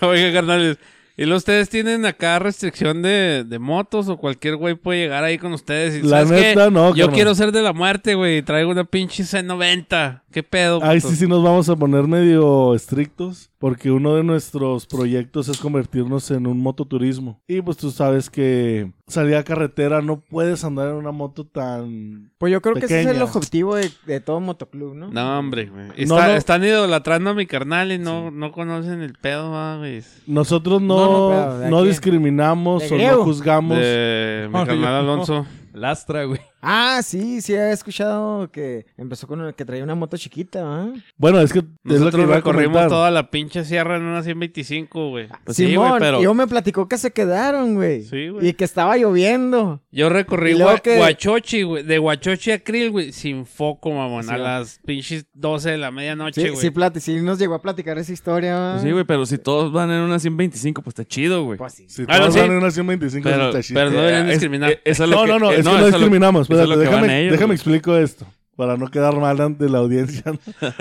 Oiga, carnales. ¿Y luego ustedes tienen acá restricción de, de motos o cualquier güey puede llegar ahí con ustedes? Y,
La
¿sabes qué?
neta, no,
Yo
carnal.
quiero ser de la muerte, güey. y Traigo una pinche C90. ¿Qué pedo?
Ahí
puto?
sí, sí nos vamos a poner medio estrictos, porque uno de nuestros proyectos es convertirnos en un mototurismo. Y pues tú sabes que salir a carretera no puedes andar en una moto tan...
Pues yo creo que ese es el
Pequeña.
objetivo de, de todo motoclub, ¿no?
No, hombre. güey. Y
No,
está-
no.
Están idolatrando a mi carnal y no, no conocen el pedo, va, güey.
Nosotros
No, no,
no,
pero de
no
aquí-
discriminamos
de
o
griego.
no juzgamos.
De mi
Ay,
carnal
no.
Alonso.
Lastra, güey.
Ah, sí, sí, he escuchado que empezó con el que traía una moto chiquita, ¿ah?
Bueno, es que es lo que
Nosotros
iba a
recorrimos
comentar.
toda la pinche sierra en una 125, güey.
Pues sí,
Simón,
güey, pero-
y yo me platicó que se quedaron, güey.
Sí, güey.
Y que estaba lloviendo.
Yo recorrí
Y luego
Gua-
que-
Huachochi, güey. De Huachochi a Krill, güey. Sin foco, mamón.
Sí,
a
va.
las pinches 12 de la medianoche,
Sí,
güey.
sí, plati- sí nos llegó a platicar esa historia, ¿va?
Pues sí, güey, pero si todos van en una 125, pues está chido, güey.
Pues sí.
Si
Ah, no,
todos
sí.
van en una 125
Pero,
está chido.
pero no deberían
Es-
discriminar.
eh, eso es lo
no,
que-
no, no,
eh,
es que
eso
no
es lo-
discriminamos.
eso es lo
Espérate,
que van
déjame,
ellos,
déjame
güey.
explico esto. Para no quedar mal ante la audiencia.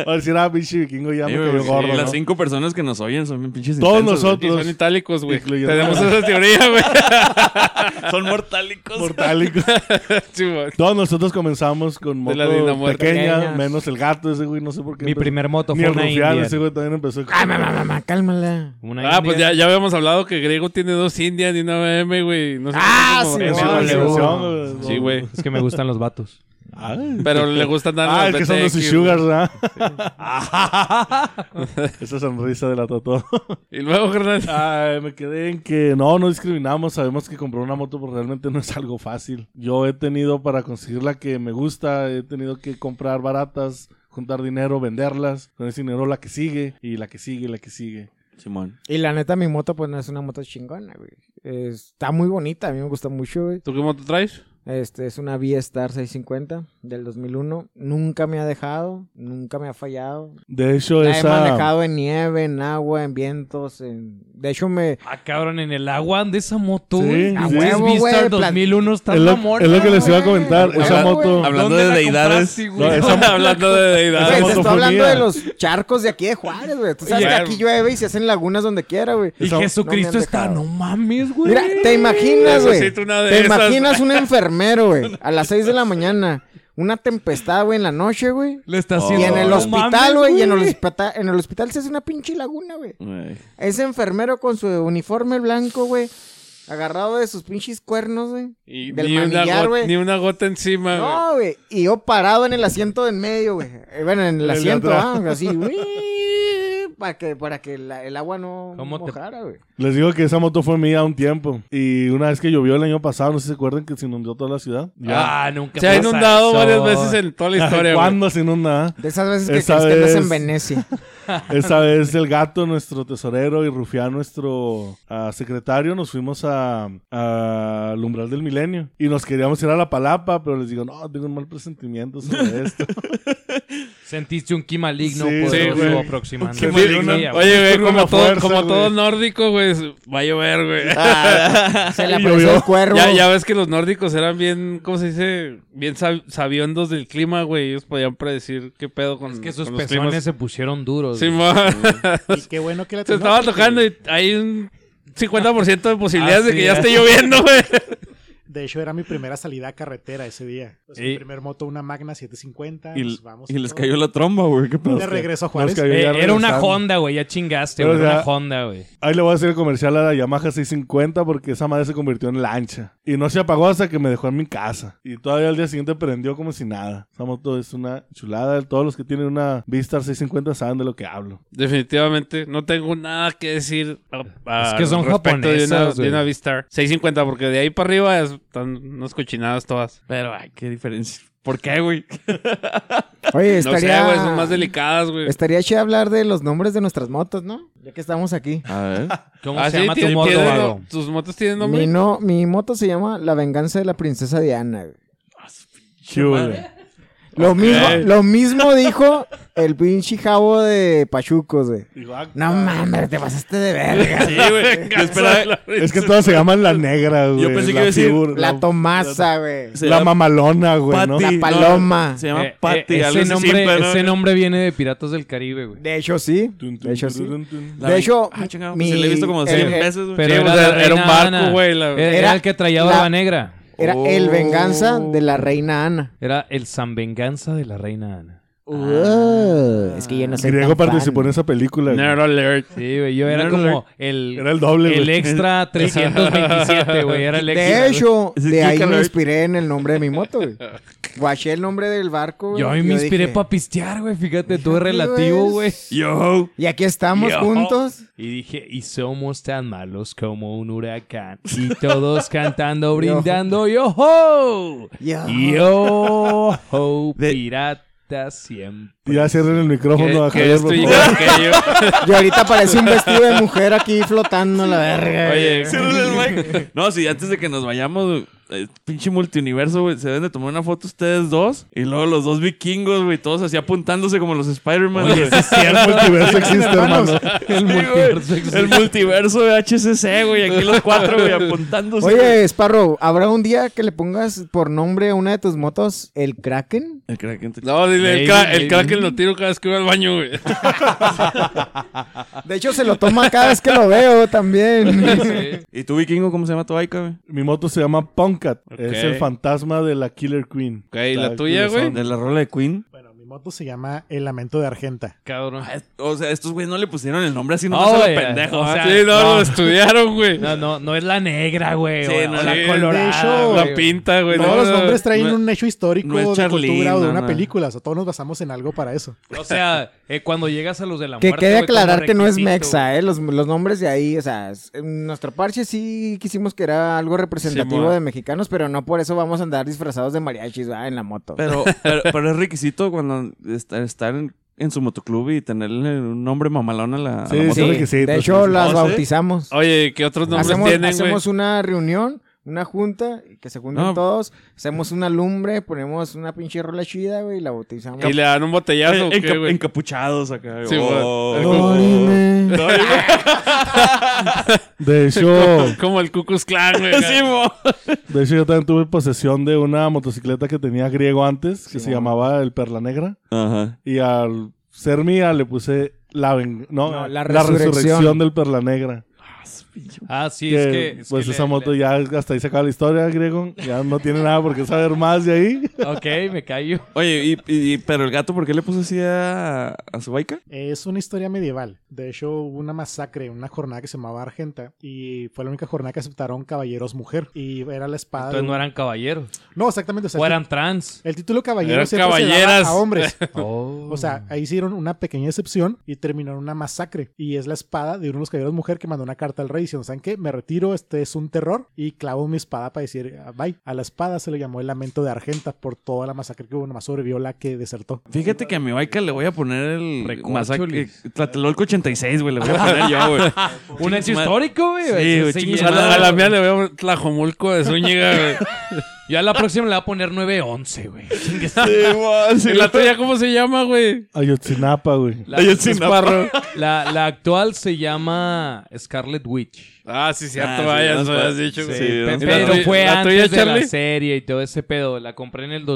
Va a decir, ah, pinche vikingo ya
Sí,
me
güey,
cayó
sí,
gordo. ¿no?
Las cinco personas que nos oyen son bien pinches
Todos
intensos, güey.
Y
nosotros.
son itálicos, güey.
Incluyendo-
Tenemos esa teoría, güey.
Son mortálicos.
Mortálicos.
Sí, güey.
Todos nosotros comenzamos con
De
moto
la
pequeña,
Dinamarca.
Pequeñas.
menos el gato ese güey, no sé por qué.
Mi
empezó-
primer moto
Ni
fue
el
una Ah,
rufián
Indian.
ese güey también empezó. con-
Ay, mamá, mamá, cálmala.
Una
Ah, pues ya,
Indian.
ya habíamos hablado que Griego tiene dos Indian y una BM, güey. No sé
Ah,
cómo-
sí,
En
Ese
su
güey.
vale, güey.
relación,
Sí, güey.
Es que me gustan los vatos.
Ay.
Pero le gustan dar
Ah, es que son los sugars, ¿verdad?
Ah,
Esa sonrisa de la tatuada.
Y luego, carnal.
Ay, me quedé en que no, no discriminamos. Sabemos que comprar una moto pues, realmente no es algo fácil. Yo he tenido para conseguir la que me gusta, he tenido que comprar baratas, juntar dinero, venderlas. Con ese dinero la que sigue y la que sigue y la que sigue.
Simón.
Y la neta, mi moto, pues no es una moto chingona, güey. Es- Está muy bonita, a mí me gusta mucho, güey.
¿Tú qué moto traes?
Este es una V-Star 650 del 2001. Nunca me ha dejado, nunca me ha fallado.
De hecho,
La he
esa.
manejado en nieve, en agua, en vientos. En... De hecho, me.
Ah, cabrón, en el agua anda esa moto,
Sí,
güey.
A
Sí,
huevo,
es Vistar
güey, plan-
2001 está
Es lo,
la morra,
es lo que les iba a
güey.
comentar.
Habla-
Esa moto.
güey.
Hablando
¿Dónde
de
la
deidades.
compraste,
No,
güey?
esa moto-
Hablando de deidades.
Esa
Güey, te estoy
motofonía.
hablando de los charcos de aquí de Juárez, güey. Tú sabes que
Bueno.
aquí llueve y se hacen lagunas donde quiera, güey.
Y
Esa-
Jesucristo
no me han
está,
dejado.
no mames, güey.
Mira, te imaginas, güey.
Necesito una de
Te
esas.
imaginas un enfermero, güey, a las 6 de la mañana. una tempestad, güey, en la noche, güey.
Le está
Oh.
haciendo.
Y en el
No
hospital, güey, y en el hospital, en el hospital se hace una pinche laguna, güey.
Güey.
Ese enfermero con su uniforme blanco, güey, agarrado de sus pinches cuernos, güey.
Y
Del
ni, una
manillar,
gota,
güey.
ni una gota encima, Ah, güey.
No, güey. Y yo parado en el asiento de en medio, güey. Eh, Bueno, en el
de
asiento,
atrás.
ah, así, güey. Para que, para que la- el agua no
¿Cómo te-
mojara, güey.
Les digo que esa moto fue mía un tiempo. Y una vez que llovió el año pasado, no sé si se acuerdan que se inundó toda la ciudad.
Ah, nunca
Se ha
pasa
inundado
eso.
varias veces en toda la historia, güey.
¿Cuándo se inunda?
De esas veces que
Esa
crees que andas en
vez-
Venecia.
Esa vez el gato, nuestro tesorero y Rufián, nuestro ah, secretario, nos fuimos a, a al umbral del milenio. Y nos queríamos ir a la palapa, pero les digo, no, tengo un mal presentimiento sobre esto.
Sentiste un ki maligno
Sí,
por
sí,
eso
güey.
aproximando.
Un ki
Sí,
maligno.
güey.
Oye,
Oye, güey, Ah,
Con
como,
una
todo,
fuerza,
como
güey.
todo nórdico, güey, va a llover, güey.
Se le
Y
apareció
llovió.
el cuervo.
Ya, ya ves que los nórdicos eran bien, ¿cómo se dice? Bien sab- sabiondos del clima, güey. Ellos podían predecir qué pedo con,
es que sus
con los
pezones
climas.
se pusieron duros.
Sí,
güey.
mo-
Y qué bueno que la
se estaba tocando y hay un 50% de posibilidades de
Así
que ya
es.
esté lloviendo, güey.
De hecho, era mi primera salida a carretera ese día. Pues,
Y-
Mi primer moto, una Magna 750.
Y,
pues, vamos
y
con
les
todo.
cayó la tromba, güey. ¿Qué
De
pedo?
regreso a
Nos
Juárez.
cayó
Eh, era
ya
una
regresando.
Honda, güey. Ya chingaste,
Pero,
güey.
o
Era
sea,
una Honda, güey.
Ahí le voy a hacer el comercial a la Yamaha 650 porque esa madre se convirtió en lancha. Y no se apagó hasta que me dejó en mi casa. Y todavía al día siguiente prendió como si nada. Esa moto es una chulada. Todos los que tienen una Vistar 650 saben de lo que hablo.
Definitivamente, no tengo nada que decir. a- a-
Es que son
respecto De una,
japonesas,
de una
güey.
V-Star. 650, porque de ahí para arriba es- están unas cochinadas todas.
Pero, ay, qué diferencia. ¿Por qué, güey?
Oye,
No
estaría...
sé, güey, son más delicadas, güey.
Estaría chido hablar de los nombres de nuestras motos, ¿no? Ya que estamos aquí.
A ver.
¿Cómo
Ah,
se
sí,
llama tu
tiene-
moto,
tiene-
vago?
¿Tus motos tienen
Mi,
nombre?
no, mi moto se llama La Venganza de la Princesa Diana. güey.
Chule.
Lo, mismo, lo mismo dijo el pinche jabo de Pachucos, güey. No mames, te pasaste de verga.
"Ah, Sí, güey.
Yo esperaba-
Es que todas se llaman la negra, güey.
Yo pensé que iba
La
a decir
figura,
La Tomasa, güey.
Se
La
llama
mamalona, güey, ¿no?
Patty.
La Paloma.
Se llama
Eh,
Patty.
eh,
algo así
ese, nombre,
simple, ¿no?
ese nombre viene de Piratas del Caribe, güey.
De hecho, sí.
Tun,
De hecho,
tun,
sí.
tun, tun, tun.
La
De
ven-
hecho,
Ah, chingado, pues,
mi-
se la he visto como
el-
100
el-
veces, güey.
Sí,
Pero
o
era,
sea,
la
era un
reina
barco,
Ana.
güey. la-
Era,
Era
el que traía barba
la-
negra.
Era el Venganza
Oh.
de la Reina Ana.
Era el San Venganza de la Reina Ana.
Ah.
Uh, es que yo no sé.
Griego participó en esa película. güey.
Nerd alert.
Sí, güey. Yo era
Nerd
como el,
Era el doble,
el
güey.
extra 327, güey. Era el extra.
De hecho,
Ese es
de ahí
Geek
me
Alert.
inspiré en el nombre de mi moto, güey. Guaché el nombre del barco, güey.
Yo ahí me inspiré
dije,
para pistear, güey. Fíjate, todo es
Fíjate,
relativo,
güey.
güey.
Yo.
Y aquí estamos
Yo.
juntos.
Y dije, y somos tan malos como un huracán. Y todos cantando, brindando, yo ho.
Yo.
Yo ho,
De-
pirata siempre.
Ya cierren el micrófono a
Que- que
Javier,
esto
por
y
favor.
aquello.
Y ahorita aparece un vestido de mujer aquí flotando la verga.
Oye,
No, sí, antes de que nos vayamos, güey, eh, pinche multiuniverso, güey. Se deben de tomar una foto ustedes dos. Y luego los dos vikingos, güey. Todos así apuntándose como los Spider-Man. güey.
El multiverso existe, hermano.
Sí, güey.
multiverso existe.
El multiverso de HCC, güey. Aquí los cuatro, güey, apuntándose. güey.
Oye, Sparrow, ¿habrá un día que le pongas por nombre a una de tus motos el Kraken?
El Kraken te-
No, dile, el,
Baby,
cra el
baby.
Kraken lo tiro cada vez que voy al baño, güey.
Ah.
De hecho, se lo toma cada vez que lo veo también.
¿Y tú, vikingo, cómo se llama tu baica, güey?
Mi moto se llama Punkat. Es el fantasma de la Killer Queen.
Ok, ¿y la
Está
tuya, güey?
curiosón.
De la rola de Queen.
Bueno, mi moto se llama El Lamento de Argenta.
Cabrón.
Ah, es- O sea, estos güeyes no le pusieron el nombre así, no
No,
a
güey.
lo pendejo.
O
¿ah?
sea,
sí, no,
no.
lo estudiaron, güey.
No, no, no es la negra, güey.
Sí,
o
no,
o
sí,
la
de
colorada.
hecho,
güey.
La pinta, güey.
Todos
no,
los
no,
nombres traen
Pues no es-
un hecho histórico
no es
de
Charlene,
cultura o de
no,
una
no.
película. O sea, todos nos basamos en algo para eso.
O sea, eh, cuando llegas a los de la
Que
muerte.
quede
güey, como
aclarar que no es
requisito,
Mexa, ¿eh? Los, los nombres de ahí, o sea, es- en nuestro parche sí quisimos que era algo representativo
Simón.
de mexicanos, pero no por eso vamos a andar disfrazados de mariachis, ¿verdad? En la moto.
Pero, pero, pero es requisito cuando estar, estar en, en su motoclub y tenerle un nombre mamalón a la, a la
Sí,
moto.
sí.
güey.
requisitos,
de hecho,
sí.
las
¿Ah, sí?
bautizamos.
Oye, ¿qué otros nombres
hacemos
tienen,
hacemos
güey?
una reunión, una junta, que se junten
No.
todos, hacemos una lumbre, ponemos una pinche rola chida, güey, y la bautizamos.
Y le dan un botellazo, o
Eh,
qué,
enca-
güey?
encapuchados acá.
Sí,
güey.
güey.
Oh.
Es como-
Dórime.
De hecho,
Como el Cucus Clan, güey.
Sí, mo.
de hecho, yo también tuve posesión de una motocicleta que tenía griego antes, que se llamaba el Perla Negra.
Ajá.
Y al ser mía le puse la, ven- no,
No, la
la,
resurrección.
resurrección. del Perla Negra.
Ah, sí,
que,
es que. es
pues
que
esa
le-
moto ya hasta ahí se acaba la historia, griego. Ya no tiene nada por qué saber más de ahí.
le- Ok, me callo.
Oye, y, y- pero el gato, ¿por qué le puso así a, a su baica?
Es una historia medieval. De hecho, hubo una masacre, una jornada que se llamaba Argenta. Y fue la única jornada que aceptaron caballeros mujer. Y era la espada. de
Entonces
un-
no eran caballeros.
No, exactamente. O sea,
O eran trans.
El título caballero
Eran
siempre se daba
caballeras.
a hombres.
Oh.
O sea, ahí hicieron una pequeña excepción y terminaron una masacre. Y es la espada de uno de los caballeros mujer que mandó una carta al rey diciendo, ¿saben qué? Me retiro, este es un terror. Y clavo mi espada para decir, "Ah, bye. A la espada se le llamó el lamento de Argenta por toda la masacre que hubo. Nomás sobrevivió la que desertó.
Fíjate que a mi baica le voy a poner el masacre.
Recorcholis.
Tlatelolco 86, güey. Le voy a poner yo, güey.
Un hecho histórico, güey.
Sí, güey, chingue su
A la, a la
madre.
mía le veo Tlajomulco de Zúñiga, güey.
Yo a la próxima le voy a poner 911, güey. Chingue su-
¿Y la tuya cómo se llama, güey?
Ayotzinapa, güey.
La,
Esparro.
la- la actual se llama Scarlet Witch.
Ah, sí,
Ah,
cierto,
sí,
vaya,
no,
eso habías
sí,
dicho,
sí.
güey.
¿Y la
Pe- Pero
tuya-
fue
la
antes
tuya,
de la
Charlie?
serie y todo ese pedo. La compré en el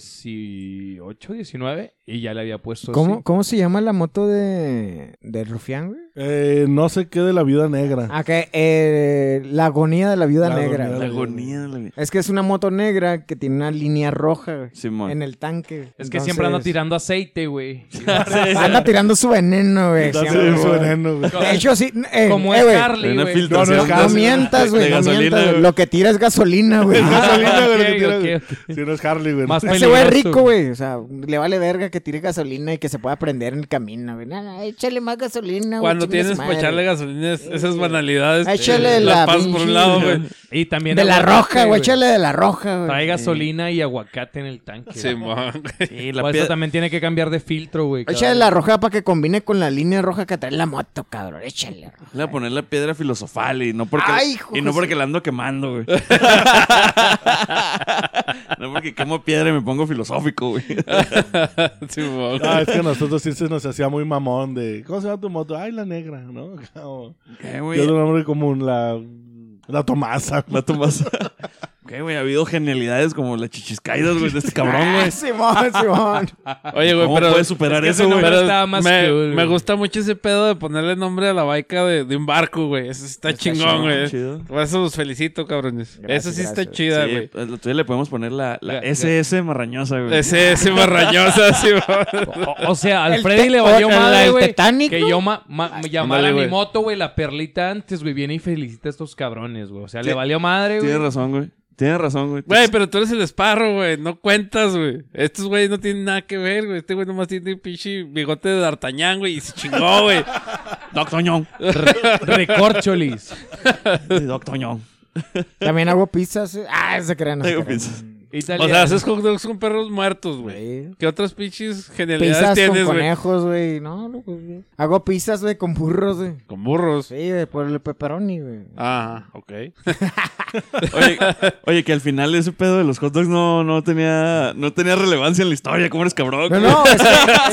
2018, 19 y ya le había puesto
¿Cómo,
así.
¿Cómo se llama la moto de, de Rufián, güey?
Eh, no sé qué de la vida negra.
Ah, que eh, la agonía de la viuda
La
negra.
agonía
La
güey.
agonía de la vida.
Es que es una moto negra que tiene una línea roja güey,
Simón.
en el tanque.
Es que siempre anda
Entonces-
tirando aceite, güey.
Anda tirando su veneno, güey.
Entonces,
siempre,
su
güey.
veneno, güey.
De hecho, sí. eh,
Como
eh,
es
güey,
Hay
Carly,
una
güey.
No,
filtración.
no,
No
de-
mientas, güey.
de
No
gasolina,
mientas, güey.
güey.
Lo que tira es gasolina, güey.
Es gasolina, güey, lo que
ok,
tira, güey.
ok, ok.
Si no es Harley, güey.
Más
Ese güey es
peligroso,
rico, güey. O sea, le vale verga que tire gasolina y que se pueda prender en el camino, güey. Nada, échale más gasolina, güey.
Cuando
chingue su
tienes para
madre.
echarle gasolina, es- esas banalidades.
Échale la
las pasas por
pinche-
un lado, güey.
Y también
De la
aguacate,
roja, güey.
güey.
Échale de la roja, güey.
Trae gasolina y aguacate en el tanque. güey.
Simón.
Sí,
La
la piedra.
también tiene que cambiar de filtro, güey. cada
Échale
vez.
la roja para que combine con la línea roja que trae la moto, cabrón. Échale. roja.
Le voy a poner la piedra filosofal y no porque,
Ay, hijo
y no
de
porque la ando quemando, güey. no porque quemo piedra y me pongo filosófico, güey.
Simón.
Ah, es que nosotros sí se nos hacía muy mamón de... ¿Cómo se llama tu moto? Ay, la negra, ¿no? Como-
Eh,
Yo
güey,
tengo un nombre común, la... La Tomasa.
La tomas. Ok, güey, ha habido genialidades como las chichiscaídas, güey, de este cabrón, güey.
Simón, Simón.
Oye, güey,
¿Cómo
pero.
puedes superar
es que ese
eso, güey?
nombre
Pero
estaba más me,
cool, güey.
me gusta mucho ese pedo de ponerle nombre a la baica de, de un barco, güey. Eso sí está, chingón, güey.
chido.
Por eso los felicito, cabrones.
Gracias,
eso sí está
gracias.
chida, güey.
Sí, pues, la tuya le podemos poner la, la
Ya, ya.
SS marrañosa, güey.
Ese, ese marrañosa, Simón.
O, o sea, al
El
Freddy
te-
le valió
o- la
madre,
del
güey.
Titanic,
Que
¿no?
yo ma- ma- me llamara
Ándale,
a mi
güey.
moto, güey, la perlita antes, güey. Viene y felicita a estos cabrones, güey. O sea, le valió madre,
Tienes
güey.
razón, güey. Tienes razón, güey.
Güey, pero tú eres el esparro, güey. No cuentas, güey. Estos güeyes no tienen nada que ver, güey. Este güey nomás tiene un pinche bigote de d'Artagnan, güey. Y se chingó, güey.
Doc Toñón.
Re- Recorcholis.
Sí, Doc Toñón.
También hago pizzas. eh. Ah, se crean. no se
Hago
crean.
pizzas.
O
Italiano.
sea, haces hot dogs con perros muertos, güey.
Sí.
¿Qué otras pinches genialidades
Pizzas
tienes,
con
güey?
conejos, güey. No, no, pues, güey. Hago pizzas, güey, con burros, güey.
Con burros.
Sí, güey, por el pepperoni, güey.
Ah, ok.
Oye, oye, que al final ese pedo de los hot dogs no, no, tenía, no tenía relevancia en la historia. ¿Cómo eres cabrón?
No,
güey?
no, es que,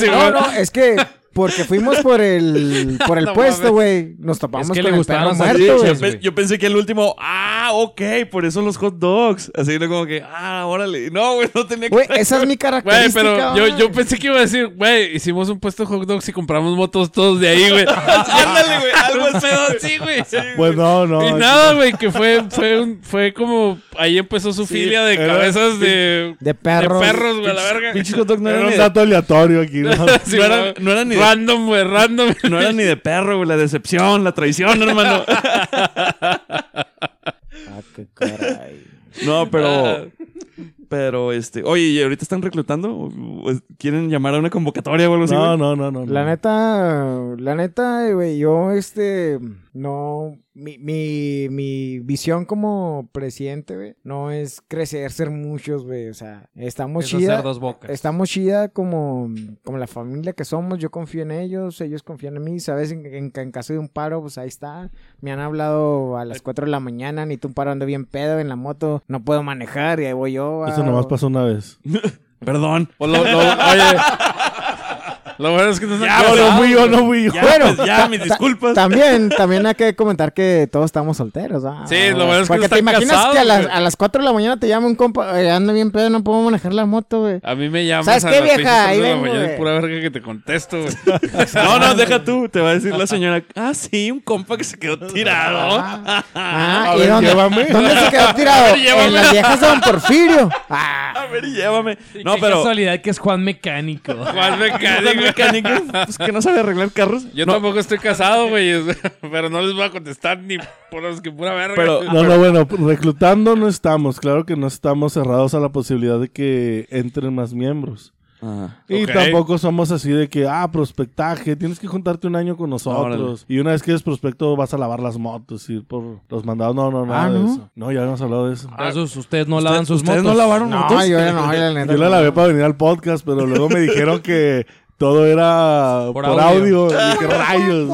Sí,
no,
güey.
no, es que porque fuimos por el, por el
No mames.
puesto, güey. Nos topamos
Es que
con
le
el perro
gustaron
muerto,
salchichas,
güey.
Yo, pe- yo pensé que el último, ah, ok, por eso los hot dogs. Así ¿no? como que, ah, órale. No, güey, no tenía que.
Güey, esa es mi
Güey,
característica.
pero yo,
güey.
yo pensé que iba a decir, güey, hicimos un puesto de hot dogs y compramos motos todos de ahí, güey.
Ándale, güey, algo así.
sí, güey.
Pues no, no.
y nada, güey, que fue, fue, un, fue como. Ahí empezó su filia de
era-
cabezas de,
De
de
perros.
perros, güey, a la verga.
Pinches hot dogs no
Era
eran,
un
ni
dato aleatorio aquí, ¿no?
Sí,
no eran-
güey.
no eran ni de-
Random, güey, random.
de, no eran ni de perro, güey. La decepción, la traición, hermano.
Ah, qué caray.
No, pero. Pero, este. Oye, ¿y ahorita están reclutando? ¿O- o ¿Quieren llamar a una convocatoria o algo así?
No,
güey?
no, no, no.
La
no.
neta, la neta, güey, yo este, no, mi, mi, mi visión como presidente, güey, no es crecer, ser muchos, güey, o sea, estamos
Es
chida,
hacer dos bocas.
estamos chida como, como la familia que somos, yo confío en ellos, ellos confían en mí, sabes, en, en- en caso de un paro, pues ahí está, me han hablado a las 4 de la mañana, ni tú paro ando bien pedo en la moto, no puedo manejar y ahí voy yo.
Eso
ah,
nomás
o-
Pues
pasó una vez.
Perdón.
O lo- lo- oye, Lo bueno es que no se
Ya,
no fui yo, no fui yo.
Ya, bueno, ya, mis disculpas.
También, también hay que comentar que todos estamos solteros. ¿ah?
Sí, lo bueno es que
Porque
están
te imaginas
casados,
que a las,
güey.
a las 4 de la mañana te llama un compa, eh, ando bien pedo, no puedo manejar la moto, güey.
A mí me llamas
¿Sabes
a
qué,
las
vieja?
pinches tres
Ahí
de la
vengo,
mañana y
güey.
pura verga que te contesto, güey.
No, no, deja tú. Te va a decir la señora, ah, sí, un compa que se quedó tirado.
Ah,
a
¿y
ver,
dónde,
llévame.
dónde se quedó tirado?
A ver, llévame.
en las viejas de Don Porfirio. Ah,
A ver, llévame. No,
Qué
pero...
casualidad que es Juan Mecánico.
Más
¿El
mecánico.
mecánico? Pues que no sabe arreglar carros.
Yo
no,
tampoco estoy casado, güey. Pero no les voy a contestar ni por los que pura verga.
Pero-
güey.
No, no, bueno, reclutando no estamos. Claro que no estamos cerrados a la posibilidad de que entren más miembros.
Ajá.
Y
Ok.
tampoco somos así de que, ah, prospectaje, tienes que juntarte un año con nosotros. Y una vez que eres prospecto vas a lavar las motos, ir por los mandados. No, no, nada
Ah,
de
¿no? Pues
eso. No, ya habíamos hablado de eso.
Entonces, ustedes no lavan sus
¿Ustedes
motos.
no lavaron
no,
motos?
yo no, yo la neta.
Yo la
no.
lavé para venir al podcast, pero luego me dijeron que todo era
Por
por,
audio.
audio. Y dije, rayos.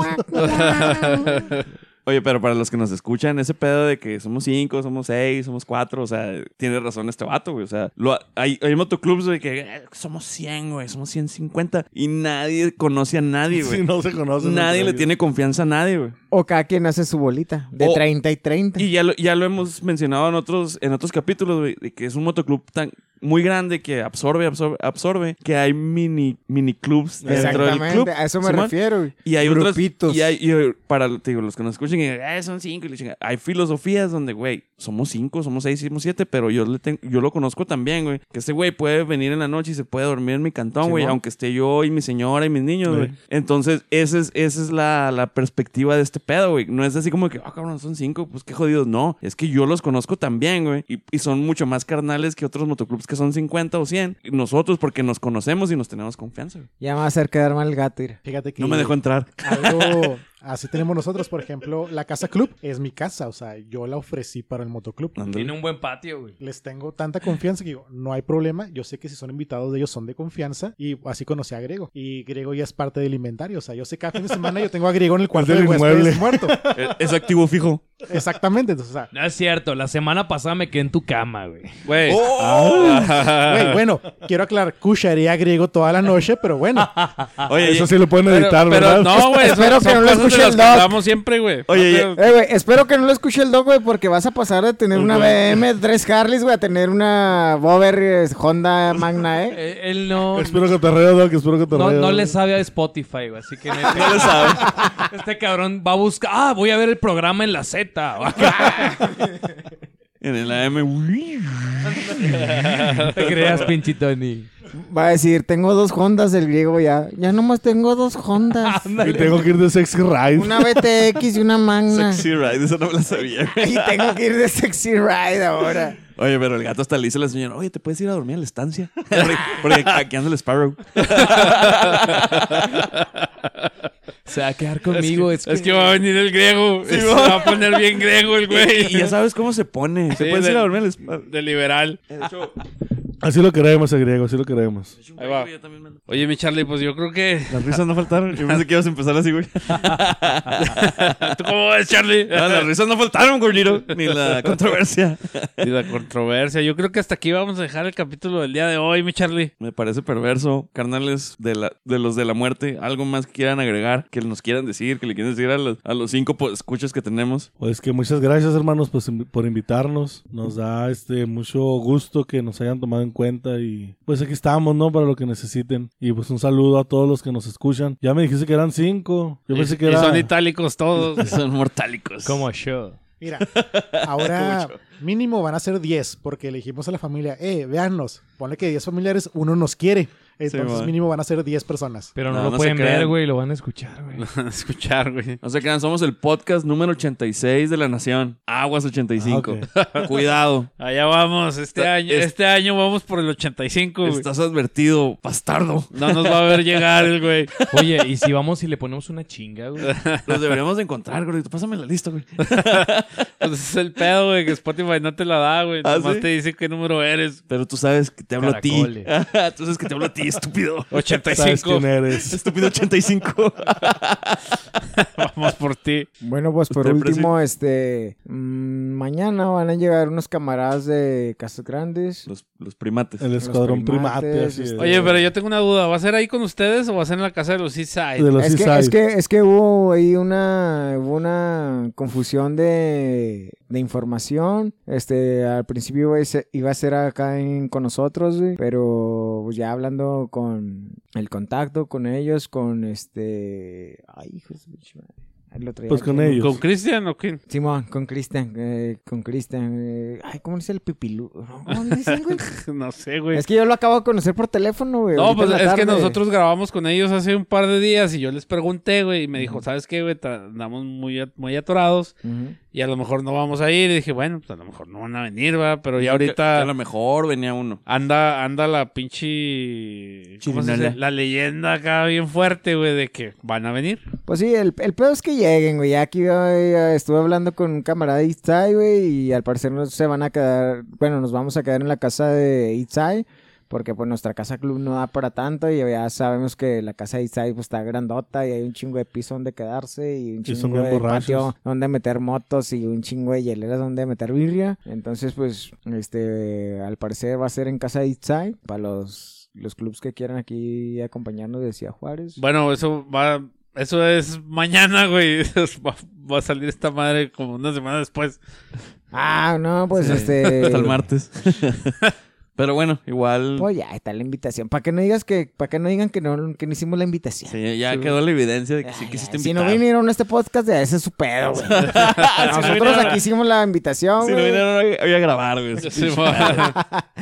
Oye, pero para los que nos escuchan, ese pedo de que somos cinco, somos seis, somos cuatro, o sea, tiene razón este vato, güey. O sea, lo, hay, hay motoclubs de que eh, somos 100, güey, somos 150 y nadie conoce a nadie, güey.
Si no se conocen.
nadie
entre
le
ellos.
tiene confianza a nadie, güey.
O cada quien hace su bolita, de
O-
30 y 30.
Y ya lo, ya lo hemos mencionado en otros, en otros capítulos, güey, de que es un motoclub tan muy grande que absorbe, absorbe, absorbe, que hay mini, mini clubs dentro del
Exactamente,
club.
a eso me
Simón.
refiero. güey.
Y hay
Grupitos.
otras. Y hay, y para te digo, los que nos escuchen, eh, son cinco. y la chingada. hay filosofías donde, güey, somos cinco, somos seis, somos siete, pero yo, le ten- yo lo conozco también, güey. Que este güey puede venir en la noche y se puede dormir en mi cantón, güey,
Simón.
aunque esté yo y mi señora y mis niños, güey. Entonces, esa es, esa es la, la perspectiva de este pedo, güey. No es así como que, ah, cabrón, son cinco, pues qué jodidos. No, es que yo los conozco también, güey. Y, y son mucho más carnales que otros motoclubs que son 50 o 100. Y Nosotros, porque nos conocemos y nos tenemos confianza, güey.
Ya me va a hacer quedar mal el gato, mira.
Fíjate que
No me dejó entrar.
algo así tenemos nosotros, por ejemplo, la casa club es mi casa, o sea, yo la ofrecí para el motoclub.
Ándale.
Tiene un buen patio, güey.
Les tengo tanta confianza que digo, no hay problema. Yo sé que si son invitados de ellos son de confianza y así conocí a Grego. Y Grego ya es parte del inventario. O sea, yo sé que cada fin de semana yo tengo a Grego en el cuarto
del
del huésped
inmueble.
muerto.
Eh, Es activo fijo.
Exactamente. Entonces, o sea,
No es cierto, la semana pasada me quedé en tu cama, güey.
Güey.
Oh,
Oh. Ah.
güey, bueno, quiero aclarar, cucharía a Grego toda la noche, pero bueno,
Oye,
Eso sí lo pueden editar,
pero
¿verdad?
no, güey.
Espero
son-
que
son
no
cosas
lo
de
escuche
las
el
que
doc.
hablamos siempre, güey.
Oye,
No te-
Eh, güey, espero que no lo escuche el dog, güey, porque vas a pasar de tener una BM, tres Harleys, güey, a tener una Bober eh, Honda Magna, eh.
Eh, él no,
Espero que te reo, Doc, espero que te
no,
reo.
no le sabe a Spotify, güey. Así que no, hay pedo.
no lo sabe.
este cabrón va a buscar. Ah, voy a ver el programa en la Z.
En el AM. uy.
No te creas, pinchito Tony.
Va a decir, tengo dos Hondas del griego ya. Ya nomás tengo dos Hondas.
Y tengo que ir de sexy ride.
una BTX y una Magna.
Sexy Ride, eso no me la sabía. güey.
Y tengo que ir de sexy ride ahora.
Oye, pero el gato hasta le dice a la señora, oye, ¿te puedes ir a dormir a la estancia? Porque, porque aquí anda el Sparrow.
Se va a quedar conmigo. Es que,
Es que va a venir el griego. Se va a poner bien griego el güey.
Y ya sabes cómo se pone.
Sí,
¿Se puedes
de-
ir a dormir al Sparrow?
De liberal.
De hecho,
Así lo queremos, el griego, así lo queremos.
Ahí va.
yo también me-
Oye, mi Charlie, pues yo creo que.
Las risas no faltaron. Yo pensé que ibas a empezar así, güey.
¿Tú cómo ves, Charlie?
No, las risas no faltaron, gordito. Ni la controversia.
Y la controversia. Yo creo que hasta aquí vamos a dejar el capítulo del día de hoy, mi Charlie.
Me parece perverso. Carnales de, la, de los de la muerte, algo más que quieran agregar, que nos quieran decir, que le quieran decir a los, a los cinco po- escuchas que tenemos.
Pues que muchas gracias, hermanos, pues, invi- por invitarnos. Nos da este mucho gusto que nos hayan tomado en cuenta y pues aquí estamos, ¿no? Para lo que necesiten. Y pues un saludo a todos los que nos escuchan. Ya me dijiste que eran cinco. Yo
Y-
pensé que
y
era...
son itálicos todos.
Son mortálicos.
Como yo.
mira, ahora mínimo van a ser 10, porque le dijimos a la familia, eh, véannos, ponle que 10 familiares, uno nos quiere. Entonces
man.
mínimo van a ser 10 personas.
Pero no,
No,
lo
no se
pueden ver,
crean.
güey. Lo van a escuchar, güey.
Escuchar, güey.
No se crean, somos el podcast número 86 de la nación. Aguas 85. Cuidado.
Allá vamos. Este
Está-
año
es-
este año vamos por el 85, güey.
Estás advertido, bastardo.
No nos va a ver llegar el güey.
Oye, y si vamos y le ponemos una chinga, güey.
Los deberíamos de encontrar, gordito. Pásame la lista, güey.
Pues ese es el pedo, güey, que Spotify no te la da, güey.
¿Ah,
Nomás
sí?
te dice qué número eres.
Pero tú sabes que te hablo
Caracoles.
a ti. tú sabes que te hablo a ti, estúpido.
¿Sabes
85.
quién eres?
Estúpido 85.
Vamos por ti.
Bueno, pues por
Usted,
último, este. mm, mañana van a llegar unos camaradas de Casas Grandes.
Los, los primates.
El escuadrón primate,
primates,
así es.
este-
Oye, pero yo tengo una duda. ¿Va a ser ahí con ustedes o va a ser en la casa de los Seaside?
de los
Es que,
Seaside.
es, que, es que hubo ahí una, hubo una confusión de, de información. Este, al principio iba a ser, iba a ser acá en- con nosotros, güey, pero pues, ya hablando con el contacto, con ellos, con este... Ay, hijo de su pinche madre. Ahí lo traía
Pues con
aquí.
ellos.
¿Con Cristian o quién?
Simón, con Cristian, eh, con Cristian. eh, ay, ¿cómo le dice el pipilú? No, ¿Cómo le dicen, güey?
No sé, güey.
es que yo lo acabo de conocer por teléfono, güey.
No,
ahorita
pues
en
es
la
que
tarde.
nosotros grabamos con ellos hace un par de días y yo les pregunté, güey, y me dijo, ¿sabes qué, güey? Ta- Andamos muy, at- muy atorados
Ujú.
y a lo mejor no vamos a ir. Y dije, bueno, pues a lo mejor no van a venir, va, pero Pues ya
A
ahorita
lo mejor venía uno.
anda, anda la pinche... ¿Cómo se
Chirinola.
dice? La leyenda acá bien fuerte, güey, de que van a venir.
Pues sí, el, el pedo es que lleguen, güey. Ya Aquí güey, eh, estuve hablando con un camarada de Itzai, güey, y al parecer nos se van a quedar, bueno, nos vamos a quedar en la casa de Itzai, porque pues nuestra casa club no da para tanto y ya sabemos que la casa de Itzai pues está grandota y hay un chingo de piso donde quedarse y un
Y son
chingo
bien
de
borrachos.
patio donde meter motos y un chingo de hieleras donde meter birria. Entonces, pues, este, al parecer va a ser en casa de Itzai para los, los clubs que quieran aquí acompañarnos de Ciudad Juárez.
Bueno, eso va... Eso es mañana, güey. Eso es- Va, va a salir esta madre como una semana después.
Ah, no, pues este.
Hasta el martes. Pero bueno, igual.
Pues ya está la invitación. Para que no digas que, para que no digan que no, que no hicimos la invitación.
sí, ya quedó la evidencia de que sí
Ay,
quisiste
si no
invitar.
vinieron a este podcast, ya ese es su pedo, güey. Nosotros
vinieron.
aquí hicimos la invitación,
Si no
güey.
vinieron hoy hoy a grabar, güey.
Sí, va.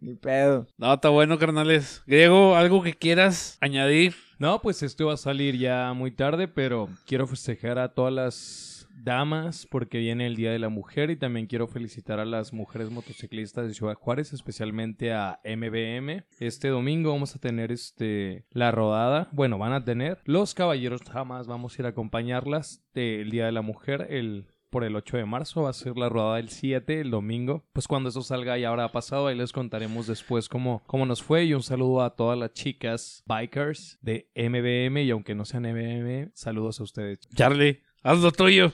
Ni pedo.
No, está bueno, carnales. Griego, algo que quieras añadir.
No, pues esto va a salir ya muy tarde, pero quiero festejar a todas las damas porque viene el Día de la Mujer y también quiero felicitar a las mujeres motociclistas de Ciudad Juárez, especialmente a MBM. Este domingo vamos a tener este la rodada, bueno, van a tener los caballeros jamás vamos a ir a acompañarlas del Día de la Mujer el por el 8 de marzo va a ser la rodada del 7 el domingo. Pues cuando eso salga ya habrá pasado, ahí les contaremos después cómo, cómo nos fue. Y un saludo a todas las chicas bikers de MBM. Y aunque no sean MBM, saludos a ustedes.
Charlie, haz lo tuyo.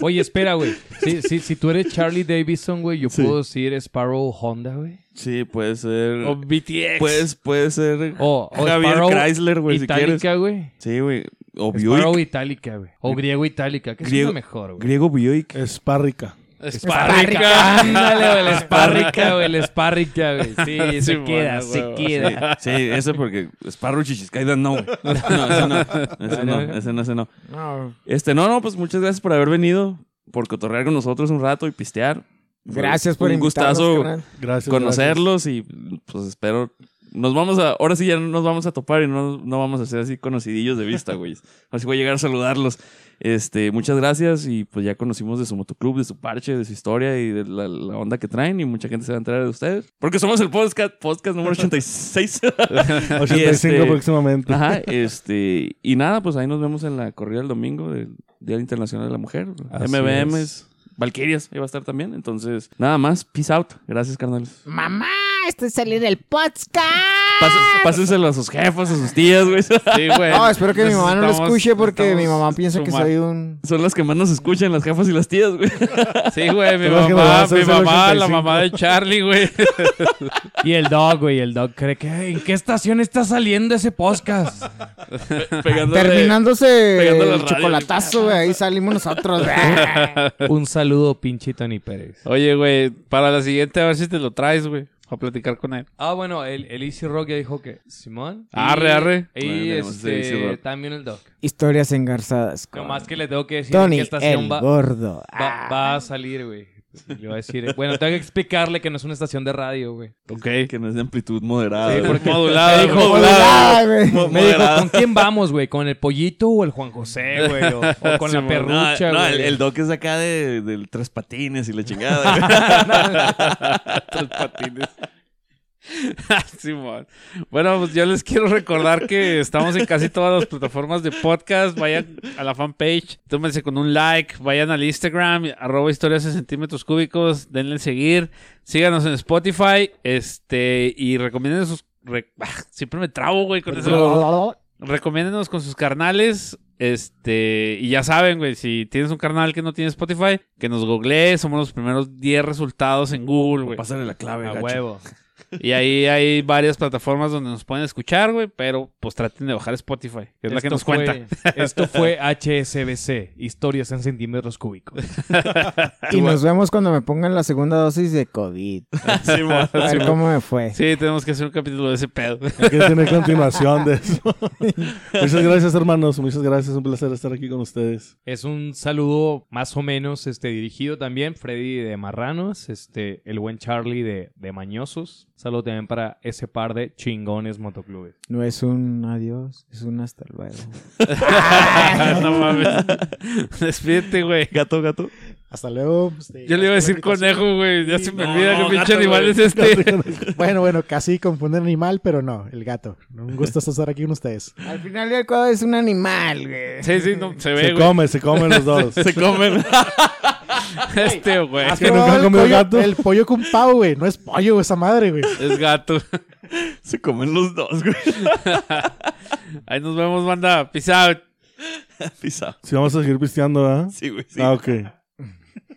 Oye, espera, güey. Sí, sí, si tú eres Charlie Davidson, güey, yo
Sí.
puedo decir Sparrow Honda, güey.
Sí, puede
Mm.
ser.
O BTX.
Puedes,
Pues,
puede ser.
O, o
Javier
Sparrow
Chrysler, güey, si quieres.
Itálica, güey.
Sí, güey. O
Sparrow
Buick.
Itálica, güey. O Griego Itálica, que es
Griego-
lo mejor, güey.
Griego Buick.
Espárrica.
Esparrica.
Ándale, güey, el Sparrica, güey, el Sparrica, güey. Sí, se
Simón,
queda,
a
se
huevo.
queda.
Sí, ese porque Sparrow Chichiscaida no, güey. No, ese no. Ese no, ese no, ese no.
No.
Este, no, no, pues muchas gracias por haber venido, por cotorrear con nosotros un rato y pistear. Fue
Gracias por
Un
invitarnos,
gustazo
carnal.
Gracias.
conocerlos y pues espero. Nos vamos a. Ahora sí ya nos vamos a topar y no, no vamos a ser así conocidillos de vista, güey. Así voy a llegar a saludarlos. Este, muchas gracias y pues ya conocimos de su motoclub, de su parche, de su historia y de la, la onda que traen y mucha gente se va a enterar de ustedes. Porque somos el podcast, podcast número 86.
gracias.
Y
85
este-
próximamente.
Ajá, este, y nada, pues ahí nos vemos en la corrida del domingo del Día Internacional de la Mujer.
Así
MBMs, Valkyrias, ahí va a estar también. Entonces, nada más, peace out. Gracias, carnales.
Mamá, esto es salir del podcast.
Pásenselo a sus jefas, a sus tías, güey.
Sí, güey.
No, Oh, espero que mi mamá no lo
Necesitamos-
escuche porque mi
necesitamos
mamá piensa que
sumar.
soy un.
Son las que más nos escuchan, las jefas y las tías, güey.
Sí, güey, mi
Son las
mamá,
que nos van a
mi
hacer
mamá,
85.
la mamá de Charlie, güey.
Y el dog, güey, el dog cree que "Ay, ¿en qué estación está saliendo ese podcast?
Pegándole-
Terminándose
pegándole al
el
radio.
chocolatazo, güey. Ahí salimos nosotros, güey.
Un saludo, pinche Tony Pérez.
Oye, güey, para la siguiente a ver si te lo traes, güey, a platicar con él.
Ah, bueno, el, el Easy Rock ya dijo que Simón.
Arre, arre.
Y
Bueno, tenemos
este,
el Easy Rock.
también el dog.
Historias engarzadas. con
Nomás que le tengo que decir en
Tony,
qué estación
el
va,
gordo.
va,
Ah.
va a salir, güey. Y Le voy a decir, bueno, tengo que explicarle que no es una estación de radio, güey.
Ok.
Que no es de amplitud moderada.
Sí,
güey.
porque-
Modulado.
me dijo,
güey.
Hola, güey.
Mo-
Me dijo,
moderada.
¿con quién vamos, güey? ¿Con el pollito o el Juan José, güey? O, o con la
No,
perrucha,
no,
güey. Ah,
el, el doc es acá de, del tres patines y la chingada.
Tus patines. Simón. Bueno, pues yo les quiero recordar que estamos en casi todas las plataformas de podcast. Vayan a la fanpage, tómense con un like, vayan al Instagram, arroba historias en centímetros cúbicos, denle seguir, síganos en Spotify, este, y recomienden ah, sus... re- siempre me trabo, güey, con eso. Recomiéndenos con sus carnales Este, y ya saben, güey, si tienes un carnal que no tiene Spotify, que nos googlee, somos los primeros 10 resultados en Google, güey.
Pásale la clave,
A
gacho.
huevo.
Y ahí hay varias plataformas donde nos pueden escuchar, güey, pero pues traten de bajar Spotify, que es la que
Esto
nos cuenta.
fue- Esto fue HSBC, historias en centímetros cúbicos.
Y nos vemos cuando me pongan la segunda dosis de COVID.
Simón,
A ver
Simón.
cómo me fue.
Sí, tenemos que hacer un capítulo de ese pedo.
Hay que tener continuación de eso. muchas gracias, hermanos. Muchas gracias. Un placer estar aquí con ustedes.
Es un saludo más o menos este, dirigido también, Freddy de Marranos, este, el buen Charlie de, de Mañosos. Saludo también para ese par de chingones motoclubes.
No es un adiós, es un hasta luego.
no mames. Despídete, güey.
Gato, gato.
Hasta luego. este,
Yo le iba a
gracias
decir
por la invitación.
conejo, güey. Ya se me
No,
olvida qué pinche
gato,
animal
güey.
es este.
Bueno, bueno, casi confunden animal, pero no, el gato. Un gusto estar aquí con ustedes.
Al final del cuadro es un animal, güey.
Sí, sí, no, se ve,
Se
güey.
come, se comen los dos.
Se comen.
Este, güey.
que nunca
probado
han
el
comido
pollo-
gato?
El pollo con pavo, güey. No es pollo esa madre, güey.
Es gato.
se comen los dos, güey.
Ahí nos vemos, banda. Peace out.
Pisado.
Si vamos a seguir pisteando, ¿ah?
Sí, güey. Sí.
Ah, ok.